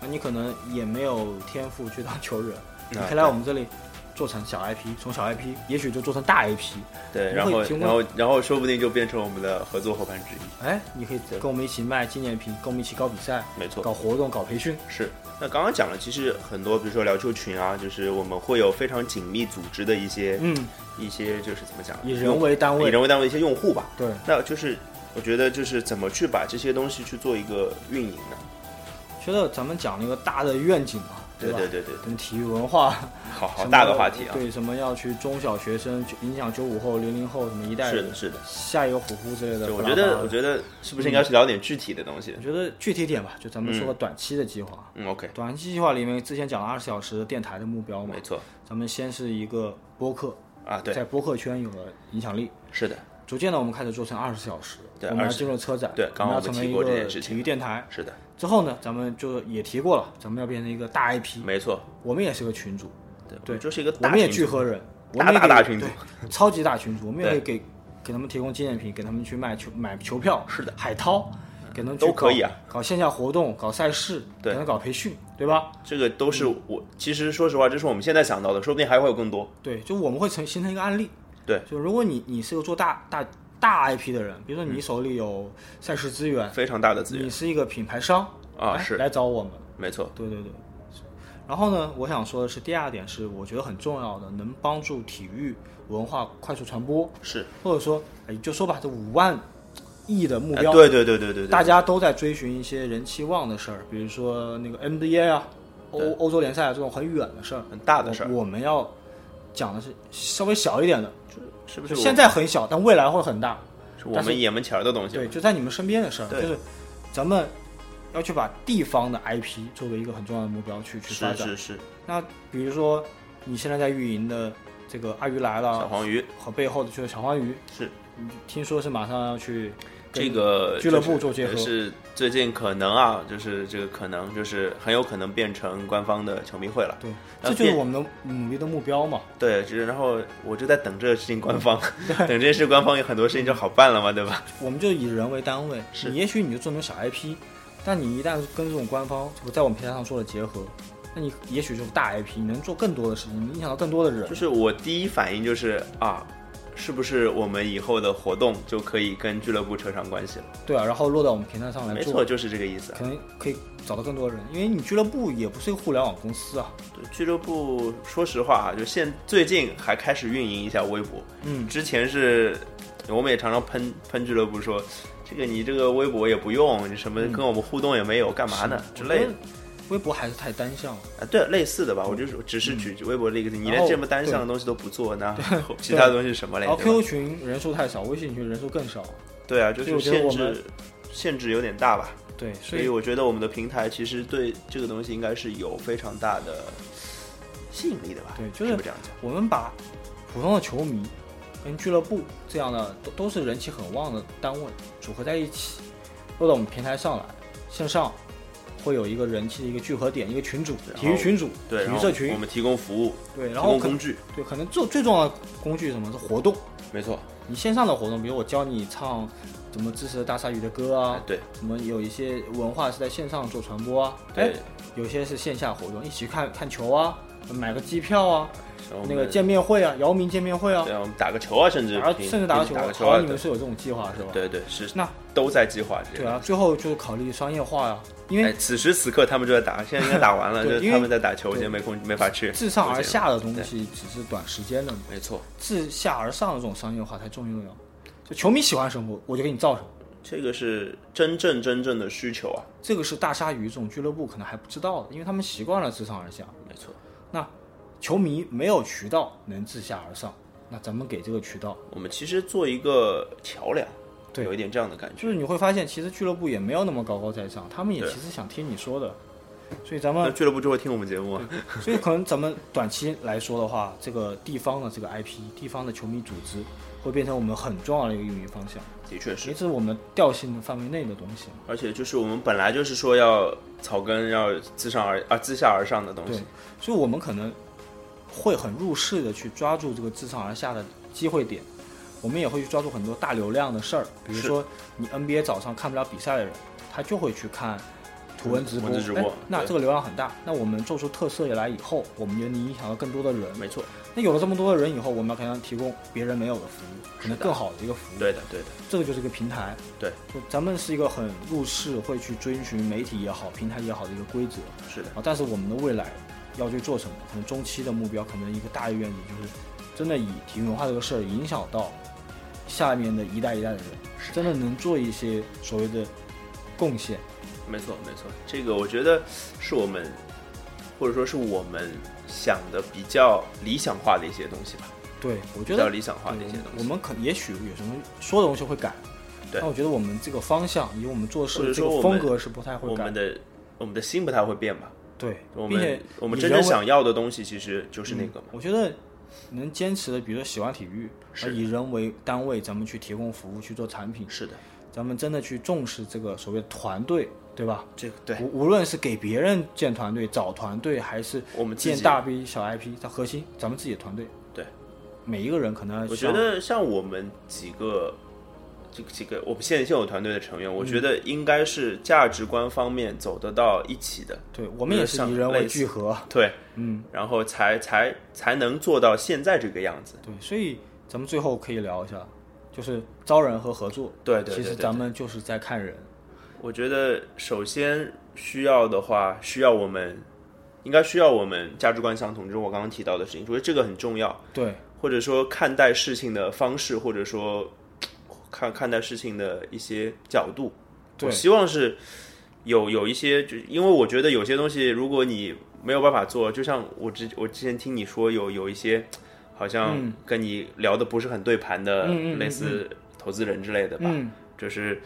Speaker 2: 那你可能也没有天赋去当球
Speaker 1: *laughs*
Speaker 2: 员，你可以来我们这里做成小 IP，从小 IP 也许就做成大 IP。
Speaker 1: 对，
Speaker 2: 你
Speaker 1: 然
Speaker 2: 会
Speaker 1: 后
Speaker 2: 提供
Speaker 1: 然后然后说不定就变成我们的合作伙伴之一，
Speaker 2: 哎，你可以跟我们一起卖纪念品，跟我们一起搞比赛，
Speaker 1: 没错，
Speaker 2: 搞活动、搞培训。
Speaker 1: 是。那刚刚讲了，其实很多，比如说聊球群啊，就是我们会有非常紧密组织的一些、
Speaker 2: 嗯，
Speaker 1: 一些，就是怎么讲，
Speaker 2: 以人
Speaker 1: 用
Speaker 2: 为单
Speaker 1: 以
Speaker 2: 位，
Speaker 1: 人为单位的一些用户吧。
Speaker 2: 对，
Speaker 1: 那就是我觉得就是怎么去把这些东西去做一个运营呢？
Speaker 2: 觉得咱们讲了一个大的愿景嘛，
Speaker 1: 对
Speaker 2: 吧？
Speaker 1: 对对对，
Speaker 2: 什么体育文化，
Speaker 1: 好好
Speaker 2: 什么
Speaker 1: 大个话题啊！
Speaker 2: 对，什么要去中小学生去影响九五后、零零后什么一代
Speaker 1: 是
Speaker 2: 人，
Speaker 1: 的，是的。
Speaker 2: 下一个虎扑之类的。
Speaker 1: 就我
Speaker 2: 巴
Speaker 1: 觉
Speaker 2: 拉巴拉
Speaker 1: 得，
Speaker 2: 的
Speaker 1: 我觉得是不是应
Speaker 2: 嗯
Speaker 1: 该是聊点具体的东西
Speaker 2: 我？觉得具体点吧，就咱们说个短期的计划。啊
Speaker 1: 嗯，OK，
Speaker 2: 短期计划里面之前讲了二十小时电台的目标嘛
Speaker 1: 没，错
Speaker 2: 咱们先是一个播客，
Speaker 1: 啊，对，
Speaker 2: 在播客圈有了影响力，
Speaker 1: 是的，
Speaker 2: 逐渐呢我们开始做成二十小时，
Speaker 1: 对
Speaker 2: 我们要
Speaker 1: 20
Speaker 2: 进入车展，
Speaker 1: 对刚刚
Speaker 2: 我
Speaker 1: 我
Speaker 2: 们
Speaker 1: 们
Speaker 2: 要成为
Speaker 1: 提
Speaker 2: 一
Speaker 1: 过这
Speaker 2: 个
Speaker 1: 件事情
Speaker 2: 体育电台。
Speaker 1: 是的，
Speaker 2: 之后呢，咱们就也提过了，咱们要变成一个大 IP，
Speaker 1: 没错，
Speaker 2: 我们也是个群主，
Speaker 1: 对，
Speaker 2: 对
Speaker 1: 就是一个
Speaker 2: 我
Speaker 1: 大
Speaker 2: 们也
Speaker 1: 群
Speaker 2: 聚
Speaker 1: 组，
Speaker 2: 合人，我
Speaker 1: 大
Speaker 2: 们也
Speaker 1: 大
Speaker 2: 给
Speaker 1: 大群组
Speaker 2: 对，超级
Speaker 1: *laughs*
Speaker 2: 大群主，我们也
Speaker 1: 对
Speaker 2: 会给给他们提供纪念品，给他们去卖球买球票，
Speaker 1: 是的，
Speaker 2: 海淘，给他们去
Speaker 1: 都可
Speaker 2: 搞
Speaker 1: 以啊，
Speaker 2: 搞线下活动，搞赛事，
Speaker 1: 对
Speaker 2: 给他们搞培训，对吧？
Speaker 1: 这个都是
Speaker 2: 嗯
Speaker 1: 我其实说实话，这是我们现在想到的，说不定还会有更多。
Speaker 2: 对，就我们会成形成一个案例，
Speaker 1: 对，
Speaker 2: 就如果你你是个做大大大 IP 的人，比如说你
Speaker 1: 嗯
Speaker 2: 手里有赛事资源，
Speaker 1: 非常大的资源
Speaker 2: 你是一个品牌商
Speaker 1: 啊，
Speaker 2: 来
Speaker 1: 是
Speaker 2: 来找我们，
Speaker 1: 没错，
Speaker 2: 对对对。然后呢，我想说的是，第二点是我觉得很重要的，能帮助体育文化快速传播，
Speaker 1: 是
Speaker 2: 或者说，哎，就说吧，这五万亿的目
Speaker 1: 哎
Speaker 2: 标，
Speaker 1: 对对对对对对，
Speaker 2: 大家都在追寻一些人气旺的事儿，比如说那个 NBA 啊，欧
Speaker 1: 对
Speaker 2: 欧洲联赛啊这种很远的事儿，
Speaker 1: 很大的事儿
Speaker 2: 我我们要讲的是稍微小一点的，
Speaker 1: 是不？
Speaker 2: 就是现在很小，但未来会很大。
Speaker 1: 是我们眼门前儿的东西，
Speaker 2: 对，就在你们身边的事儿，就
Speaker 1: 对
Speaker 2: 是咱们要去把地方的 IP 作为一个很重要的目标去去发
Speaker 1: 是
Speaker 2: 展。
Speaker 1: 是是，
Speaker 2: 那比如说你现在在运营的这个阿鱼来
Speaker 1: 小
Speaker 2: 了
Speaker 1: 黄鱼
Speaker 2: 和背后的啊就是小黄鱼，
Speaker 1: 是
Speaker 2: 你听说是马上要去跟
Speaker 1: 这个
Speaker 2: 俱乐
Speaker 1: 就是
Speaker 2: 部做结合
Speaker 1: 是最近可能啊，就是这个可能就是很有可能变成官方的球迷会了。
Speaker 2: 对，
Speaker 1: 那
Speaker 2: 这就是
Speaker 1: 变
Speaker 2: 我们的努力的目标嘛。
Speaker 1: 对，就是然后我就在等这个事情官方， *laughs* 等这件事官方有很多事情就好办了嘛，对吧？ *laughs*
Speaker 2: 我们就以人为单位，
Speaker 1: 是
Speaker 2: 你也许你就做成小 IP，但你一旦跟这种官方这个在我们平台上做了结合，那你也许就是大 IP，你能做更多的事情，你影响到更多的人
Speaker 1: 就。是我第一反应就是啊，是不是我们以后的活动就可以跟俱乐部扯上关系了？
Speaker 2: 对啊，然后落到我们平台上来
Speaker 1: 没
Speaker 2: 做，
Speaker 1: 错，就是这个意思啊
Speaker 2: 可。能可以找到更多人，因为你俱乐部也不是一个互联网公司啊。
Speaker 1: 对俱乐部说实话啊，就现最近还开始运营一下微博，
Speaker 2: 嗯，
Speaker 1: 之前是我们也常常喷喷俱乐部说，这个你这个微博也不用，你什么
Speaker 2: 嗯
Speaker 1: 跟我们互动也没有，干嘛呢之类的。。
Speaker 2: 微博还是太单向了，
Speaker 1: 啊，对，类似的吧，我就是只是举微博的例子，你
Speaker 2: 嗯然
Speaker 1: 连
Speaker 2: 后
Speaker 1: 这么单向的东西都不做，那 *laughs* 其他的东西是什么嘞
Speaker 2: 然后？
Speaker 1: 对吧
Speaker 2: QQ 哦群人数太少，微信群人数更少。
Speaker 1: 对啊，就
Speaker 2: 所以
Speaker 1: 是
Speaker 2: 我觉得
Speaker 1: 限
Speaker 2: 我们
Speaker 1: 制限制有点大吧，
Speaker 2: 对，
Speaker 1: 所
Speaker 2: 所
Speaker 1: 以
Speaker 2: 以
Speaker 1: 我觉得我们的平台其实对这个东西应该是有非常大的吸引力的吧？
Speaker 2: 对就是
Speaker 1: 是不这样讲？
Speaker 2: 我们把普通的球迷跟俱乐部这样的都都是人气很旺的单位组合在一起，落到我们平台上来，线上会有一个人气的一个聚合点，一个群主，
Speaker 1: 然后
Speaker 2: 体育群主，
Speaker 1: 对，
Speaker 2: 体
Speaker 1: 然
Speaker 2: 育
Speaker 1: 后
Speaker 2: 社
Speaker 1: 我
Speaker 2: 群，
Speaker 1: 们提供服务，
Speaker 2: 对，
Speaker 1: 提
Speaker 2: 然后
Speaker 1: 供
Speaker 2: 可
Speaker 1: 工具，
Speaker 2: 对，可能最最重要的工具是什么是活动。
Speaker 1: 没错，
Speaker 2: 你线上的活动，比如我教你唱怎么支持大鲨鱼的歌
Speaker 1: 哎
Speaker 2: 啊，
Speaker 1: 对
Speaker 2: 什么有一些文化是在线上做传播啊，
Speaker 1: 对
Speaker 2: 哎，，有些是线下活动，一起看看球啊，买个机票啊，
Speaker 1: 然后我
Speaker 2: 那
Speaker 1: 们
Speaker 2: 个见面会啊，姚明见面会啊，
Speaker 1: 对，我们打个球啊，甚至
Speaker 2: 然后
Speaker 1: 平
Speaker 2: 甚至打个
Speaker 1: 平时
Speaker 2: 球啊，
Speaker 1: 打个球
Speaker 2: 好
Speaker 1: 啊
Speaker 2: 像你，们是有这种计划是吧？
Speaker 1: 对对对是
Speaker 2: 那
Speaker 1: 都在计划这
Speaker 2: 对
Speaker 1: 个。
Speaker 2: 啊，最后就是考虑商业化呀、因
Speaker 1: 哎，
Speaker 2: 为
Speaker 1: 此时此刻他们就在
Speaker 2: *laughs*
Speaker 1: 打，现在应该打完了，
Speaker 2: 对
Speaker 1: 就是
Speaker 2: 因为
Speaker 1: 他们在打球，我今天没空，没法去。
Speaker 2: 自上而下的东
Speaker 1: 对
Speaker 2: 西只是短时间的，
Speaker 1: 没错，
Speaker 2: 自下而上的这种商业化才重要。就球迷喜欢什么，我就给你造什么。
Speaker 1: 这个是真正真正的需求啊，
Speaker 2: 这个是大鲨鱼这种俱乐部可能还不知道的，因为他们习惯了自上而下。
Speaker 1: 没错。
Speaker 2: 那球迷没有渠道能自下而上，那咱们给这个渠道，
Speaker 1: 我们其实做一个桥梁，
Speaker 2: 对
Speaker 1: 有一点这样的感觉。
Speaker 2: 就是你会发现，其实俱乐部也没有那么高高在上，他们也
Speaker 1: 对
Speaker 2: 其实想听你说的，所以咱
Speaker 1: 那
Speaker 2: 们，
Speaker 1: 俱乐部就会听我们节目啊，
Speaker 2: 所以可能咱们短期来说的话，这个地方的这个 IP，地方的球迷组织会变成我们很重要的一个运营方向，
Speaker 1: 的确
Speaker 2: 因为
Speaker 1: 是。
Speaker 2: 这是我们调性的范围内的东西。
Speaker 1: 而且就是我们本来就是说要草根，要自上而啊自下而上的东
Speaker 2: 对
Speaker 1: 西，，
Speaker 2: 所以我们可能会很入世的去抓住这个自上而下的机会点，我们也会去抓住很多大流量的事儿，比如
Speaker 1: 是
Speaker 2: 说你 NBA 早上看不了比赛的人，他就会去看图文直播，
Speaker 1: 文字直
Speaker 2: 哎
Speaker 1: 播
Speaker 2: 那
Speaker 1: 对
Speaker 2: 这个流量很大。那我们做出特色以来以后，我们就能影响到更多的人。
Speaker 1: 没错，
Speaker 2: 那有了这么多的人以后，我们可能提供别人没有的服务，可能更好的一个服务。
Speaker 1: 对的对的，
Speaker 2: 这个就是一个平台。
Speaker 1: 对，
Speaker 2: 就咱们是一个很入世，会去遵循媒体也好、平台也好的一个规则。
Speaker 1: 是的，
Speaker 2: 啊，但是我们的未来要去做什么？可能中期的目标，可能一个大的愿景就是，真的以体育文化这个事儿影响到下面的一代一代的人，真的能做一些所谓的贡献，
Speaker 1: 没错没错，这个我觉得是我们或者说是我们想的比较理想化的一些东西吧，
Speaker 2: 对，我觉
Speaker 1: 比较
Speaker 2: 得
Speaker 1: 理想化的一些
Speaker 2: 对
Speaker 1: 东
Speaker 2: 我
Speaker 1: 西。
Speaker 2: 们可也许有什么说的东西会改，
Speaker 1: 对
Speaker 2: 但我觉得我们这个方向以及我们做
Speaker 1: 或
Speaker 2: 事
Speaker 1: 者
Speaker 2: 的这
Speaker 1: 说
Speaker 2: 个
Speaker 1: 我
Speaker 2: 风
Speaker 1: 们
Speaker 2: 格是不太会
Speaker 1: 我
Speaker 2: 改
Speaker 1: 们，的我们的心不太会变吧？
Speaker 2: 对，
Speaker 1: 我
Speaker 2: 并且
Speaker 1: 们我们
Speaker 2: 以
Speaker 1: 真
Speaker 2: 人
Speaker 1: 正
Speaker 2: 为
Speaker 1: 想要的东西其实就是那个嘛。
Speaker 2: 我觉得能坚持的，比如说喜欢体育，
Speaker 1: 是
Speaker 2: 而以人为单位，咱们去提供服务，去做产品，
Speaker 1: 是的，
Speaker 2: 咱们真的去重视这个所谓的团队，对吧？
Speaker 1: 这个对
Speaker 2: 无无论是给别人建团队、找团队，还是
Speaker 1: 我们自
Speaker 2: 建
Speaker 1: 己
Speaker 2: 大 B 小 IP，它核心咱们自己的团队，
Speaker 1: 对。
Speaker 2: 每一个人可能
Speaker 1: 我
Speaker 2: 像
Speaker 1: 觉得像我们几个，这几个我们现现有团队的成
Speaker 2: 嗯
Speaker 1: 员，我觉得应该是价值观方面走得到一起的，
Speaker 2: 对我们也是
Speaker 1: 像
Speaker 2: 以人为
Speaker 1: 类似
Speaker 2: 聚合，
Speaker 1: 对，
Speaker 2: 嗯，
Speaker 1: 然后才才才能做到现在这个样子。
Speaker 2: 对，所以咱们最后可以聊一下，就是招人和合作。
Speaker 1: 对对对
Speaker 2: 其实
Speaker 1: 对
Speaker 2: 咱们就是在看人，
Speaker 1: 我觉得首先需要的话，需要我们应该需要我们价值观相同，就是我刚刚提到的事情，所以这个很重要，
Speaker 2: 对
Speaker 1: 或者说看待事情的方式，或者说看 *coughs* 看待事情的一些角度。
Speaker 2: 对
Speaker 1: 我希望是有有一些，就是因为我觉得有些东西，如果你没有办法做，就像我之我之前听你说有有一些好像跟你聊的不是很对盘的，
Speaker 2: 嗯嗯嗯嗯
Speaker 1: 类似投资人之类的吧，
Speaker 2: 嗯，
Speaker 1: 就是。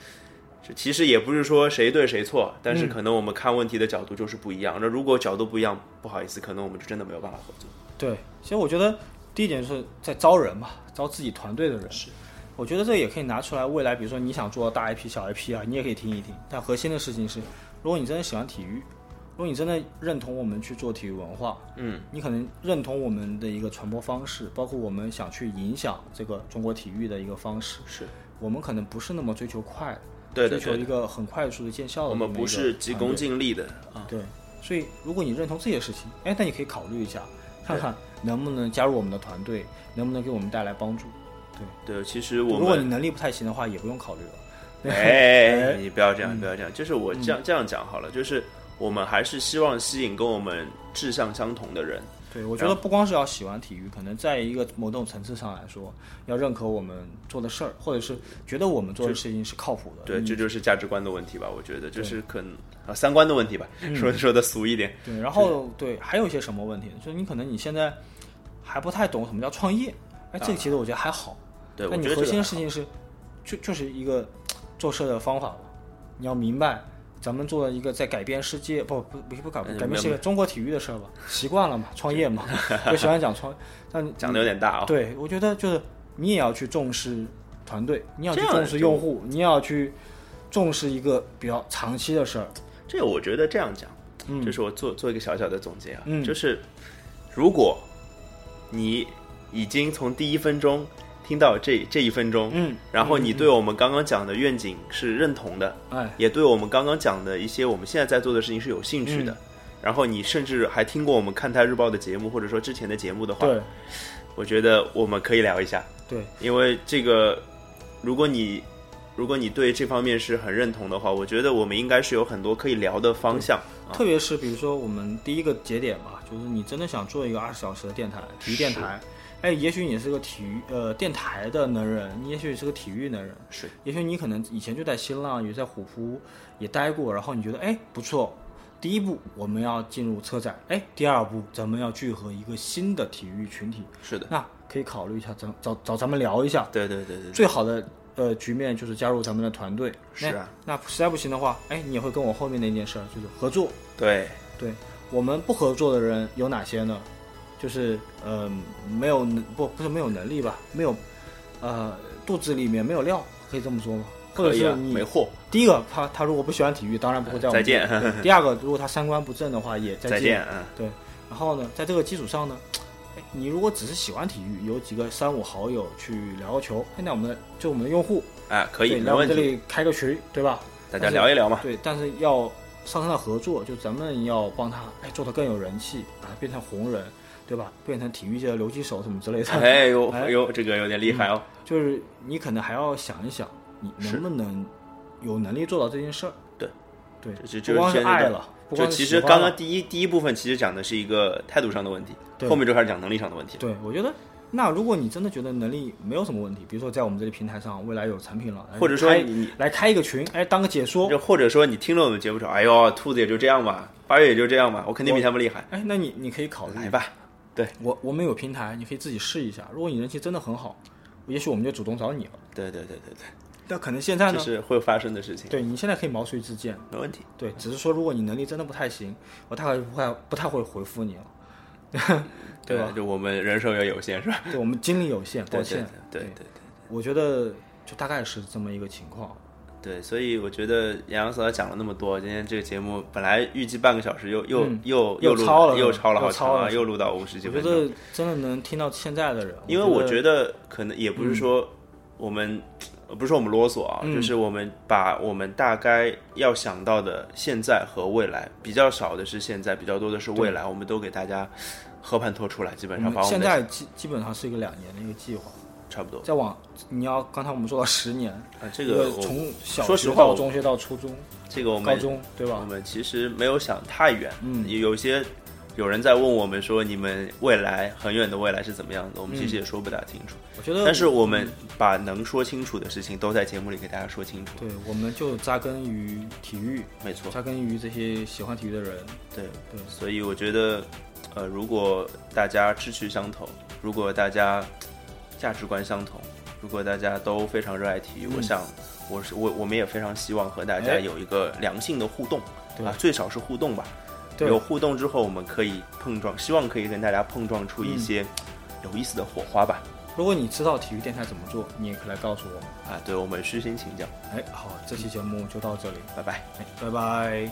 Speaker 1: 这其实也不是说谁对谁错，但
Speaker 2: 嗯
Speaker 1: 是可能我们看问题的角度就是不一样。那如果角度不一样，不好意思，可能我们就真的没有办法合作。
Speaker 2: 对。其实我觉得第一点就是在招人嘛，招自己团队的人。
Speaker 1: 是。
Speaker 2: 我觉得这也可以拿出来，未来比如说你想做大 IP、小 IP 啊，你也可以听一听。但核心的事情是，如果你真的喜欢体育，如果你真的认同我们去做体育文化，
Speaker 1: 嗯，
Speaker 2: 你可能认同我们的一个传播方式，包括我们想去影响这个中国体育的一个方式，
Speaker 1: 是
Speaker 2: 我们可能不是那么追求快的，
Speaker 1: 对的
Speaker 2: 追求
Speaker 1: 对的
Speaker 2: 一个很快速的见效
Speaker 1: 我
Speaker 2: 的这么一个
Speaker 1: 们
Speaker 2: 团队。
Speaker 1: 不是急功近利的啊。
Speaker 2: 对，所以如果你认同这些事情，哎，那你可以考虑一下，看看能不能加入我们的团队，能不能给我们带来帮助。对，
Speaker 1: 对，其实我
Speaker 2: 如果
Speaker 1: 们
Speaker 2: 你能力不太行的话，也不用考虑了。 *laughs*
Speaker 1: 哎，你不要这
Speaker 2: 嗯
Speaker 1: 样，不要这样。就是我这样这样讲好了，就是我们还是希望吸引跟我们志向相同的人。
Speaker 2: 对，我觉得不光是要喜欢体育，可能在一个某种层次上来说，要认可我们做的事儿，或者是觉得我们做的事情是靠谱的。
Speaker 1: 对，
Speaker 2: 嗯
Speaker 1: 这就是价值观的问题吧，我觉得就是可能啊三观的问题吧，
Speaker 2: 嗯
Speaker 1: 说说的俗一点。
Speaker 2: 对，然后对，还有一些什么问题呢？就是你可能你现在还不太懂什么叫创业，哎，
Speaker 1: 啊
Speaker 2: 这个其实我觉得还好。
Speaker 1: 对，
Speaker 2: 那
Speaker 1: 我
Speaker 2: 你
Speaker 1: 觉得
Speaker 2: 核
Speaker 1: 这
Speaker 2: 心
Speaker 1: 个
Speaker 2: 的事情是，就就是一个做事的方法嘛。你要明白，咱们做了一个在改变世界，不不不不改
Speaker 1: 嗯
Speaker 2: 改变
Speaker 1: 没
Speaker 2: 世界，中国体育的事儿吧，习惯了嘛，创业嘛，我喜欢讲创， *laughs* 但你
Speaker 1: 讲的有点大啊。
Speaker 2: 对，我觉得就是你也要去重视团队，你要去
Speaker 1: 这样
Speaker 2: 重视用户，你也要去重视一个比较长期的事儿。
Speaker 1: 这我觉得这样讲，
Speaker 2: 嗯
Speaker 1: 就是我做做一个小小的总结啊，
Speaker 2: 嗯
Speaker 1: 就是如果你已经从第一分钟听到这这一分钟，
Speaker 2: 嗯，
Speaker 1: 然后你对我们刚刚讲的愿景是认同的，
Speaker 2: 哎，
Speaker 1: 也对我们刚刚讲的一些我们现在在做的事情是有兴趣的。
Speaker 2: 嗯
Speaker 1: 然后你甚至还听过我们看台日报的节目，或者说之前的节目的话，
Speaker 2: 对
Speaker 1: 我觉得我们可以聊一下，
Speaker 2: 对，
Speaker 1: 因为这个，如果你如果你对这方面是很认同的话，我觉得我们应该是有很多可以聊的方向啊。
Speaker 2: 特别是比如说我们第一个节点吧，就是你真的想做一个二十小时的电台，体育电台，哎，也许你是个体育呃电台的能人，你也许是个体育能人，
Speaker 1: 是，
Speaker 2: 也许你可能以前就在新浪，也在虎扑也待过，然后你觉得哎不错，第一步我们要进入车展，哎，第二步咱们要聚合一个新的体育群体，
Speaker 1: 是的，
Speaker 2: 那可以考虑一下，咱找 *laughs* 找咱们聊一下，
Speaker 1: 对对对对对，
Speaker 2: 最好的。呃，局面就是加入咱们的团队。
Speaker 1: 是啊
Speaker 2: 那，那实在不行的话，哎，你也会跟我后面那件事儿，就是合作，
Speaker 1: 对
Speaker 2: 对我们不合作的人有哪些呢？就是呃，没有能不不是没有能力吧，没有呃肚子里面没有料，可以这么说吗？或者
Speaker 1: 可以
Speaker 2: 是
Speaker 1: 啊，
Speaker 2: 你、
Speaker 1: 没货，
Speaker 2: 第一个他他如果不喜欢体育，当然不会在我们
Speaker 1: 再见
Speaker 2: 这
Speaker 1: *laughs*
Speaker 2: 里对第二个，如果他三观不正的话，也再
Speaker 1: 再见啊。
Speaker 2: 对，然后呢，在这个基础上呢，哎你如果只是喜欢体育，有几个三五好友去聊个球，哎那我们的就我们的用户
Speaker 1: 啊，可以，
Speaker 2: 对
Speaker 1: 没
Speaker 2: 来我们
Speaker 1: 问
Speaker 2: 这
Speaker 1: 题，
Speaker 2: 里开个群，对吧？
Speaker 1: 大家聊一聊嘛。
Speaker 2: 对，但是要上升到合作，就咱们要帮他哎做的更有人气，把他变成红人，对吧？变成体育界的留级手什么之类的。
Speaker 1: 哎呦
Speaker 2: 哎嗯
Speaker 1: 呦，这个有点厉害哦。
Speaker 2: 就是你可能还要想一想，你能不能有能力做到这件事儿？
Speaker 1: 对，
Speaker 2: 对，
Speaker 1: 这就
Speaker 2: 不光
Speaker 1: 是
Speaker 2: 是
Speaker 1: 现在
Speaker 2: 爱
Speaker 1: 的
Speaker 2: 了，不
Speaker 1: 就
Speaker 2: 光
Speaker 1: 其
Speaker 2: 是
Speaker 1: 实
Speaker 2: 喜欢啊
Speaker 1: 刚刚
Speaker 2: 了
Speaker 1: 第一第一部分其实讲的是一个态度上的问题，
Speaker 2: 对
Speaker 1: 后面就开始讲能力上的问题了。
Speaker 2: 对，我觉得那如果你真的觉得能力没有什么问题，比如说在我们这里平台上未来有产品了，哎
Speaker 1: 或者说
Speaker 2: 开
Speaker 1: 你
Speaker 2: 来开一个群，哎，当个解说，
Speaker 1: 就或者说你听了我们节目说，哎呦，兔子也就这样吧，八月也就这样吧，我肯定比他们厉害，
Speaker 2: 哎，那你你可以考虑
Speaker 1: 来吧。
Speaker 2: 我我们有平台，你可以自己试一下。如果你人气真的很好，也许我们就主动找你了。
Speaker 1: 对对对对对，
Speaker 2: 但可能现在
Speaker 1: 这
Speaker 2: 呢，
Speaker 1: 是会发生的事情，
Speaker 2: 对你现在可以毛遂自荐，
Speaker 1: 没问题。
Speaker 2: 对，只是说如果你能力真的不太行，我大概不太不太会回复你 *laughs* 了。对吧
Speaker 1: 就我们人手也有限，是吧？
Speaker 2: 对我们精力有限，抱
Speaker 1: 对
Speaker 2: 歉。
Speaker 1: 对对对
Speaker 2: 我觉得就大概是这么一个情况。
Speaker 1: 对对，所以我觉得洋洋嫂嫂讲了那么多，今天这个节目本来预计半个小时，又又、
Speaker 2: 嗯
Speaker 1: 又
Speaker 2: 又
Speaker 1: 录
Speaker 2: 超了
Speaker 1: 又超了
Speaker 2: 又
Speaker 1: 好
Speaker 2: 超
Speaker 1: 长啊，
Speaker 2: 了
Speaker 1: 又录到五十几
Speaker 2: 我觉
Speaker 1: 分钟。
Speaker 2: 得真的能听到现在的人，
Speaker 1: 因为我觉得可能也不是说我们、呃不是说我们啰嗦啊，
Speaker 2: 嗯
Speaker 1: 就是我们把我们大概要想到的现在和未来，比较少的是现在，比较多的是未来，我们都给大家和盘托出来，基
Speaker 2: 我
Speaker 1: 本上把
Speaker 2: 们
Speaker 1: 我们
Speaker 2: 嗯现
Speaker 1: 的
Speaker 2: 在基基本上是一个两年的一个计划，
Speaker 1: 差不多
Speaker 2: 再往你要刚才我们说到十年，
Speaker 1: 啊，这
Speaker 2: 一
Speaker 1: 个
Speaker 2: 个
Speaker 1: 我
Speaker 2: 从小
Speaker 1: 说实
Speaker 2: 学
Speaker 1: 话
Speaker 2: 到
Speaker 1: 我
Speaker 2: 中学到初中、
Speaker 1: 这个我
Speaker 2: 高
Speaker 1: 们
Speaker 2: 中，对
Speaker 1: 我
Speaker 2: 吧？
Speaker 1: 们其实没有想太远，
Speaker 2: 嗯
Speaker 1: 也有些有人在问我们说，你们未来很远的未来是怎么样的？我们其实也说不大清楚，
Speaker 2: 我觉得，
Speaker 1: 但是我们把能说清楚的事情都在节目里给大家说清楚，
Speaker 2: 对，我们就扎根于体育，
Speaker 1: 没错。
Speaker 2: 扎根于这些喜欢体育的人。
Speaker 1: 对嗯
Speaker 2: 对
Speaker 1: 所以我觉得，呃，如果大家志趣相投，如果大家价值观相同，如果大家都非常热爱体育，我想，我是我我们也非常希望和大家
Speaker 2: 嗯哎
Speaker 1: 有一个良性的互动，
Speaker 2: 对
Speaker 1: 啊，最少是互动吧。
Speaker 2: 对
Speaker 1: 有互动之后，我们可以碰撞，希望可以跟大家碰撞出
Speaker 2: 嗯
Speaker 1: 一些有意思的火花吧。
Speaker 2: 如果你知道体育电台怎么做，你也可以来告诉我们。
Speaker 1: 啊，对我们虚心请教，
Speaker 2: 哎，好，这期节目就到这里，
Speaker 1: 拜拜。
Speaker 2: 哎，拜拜。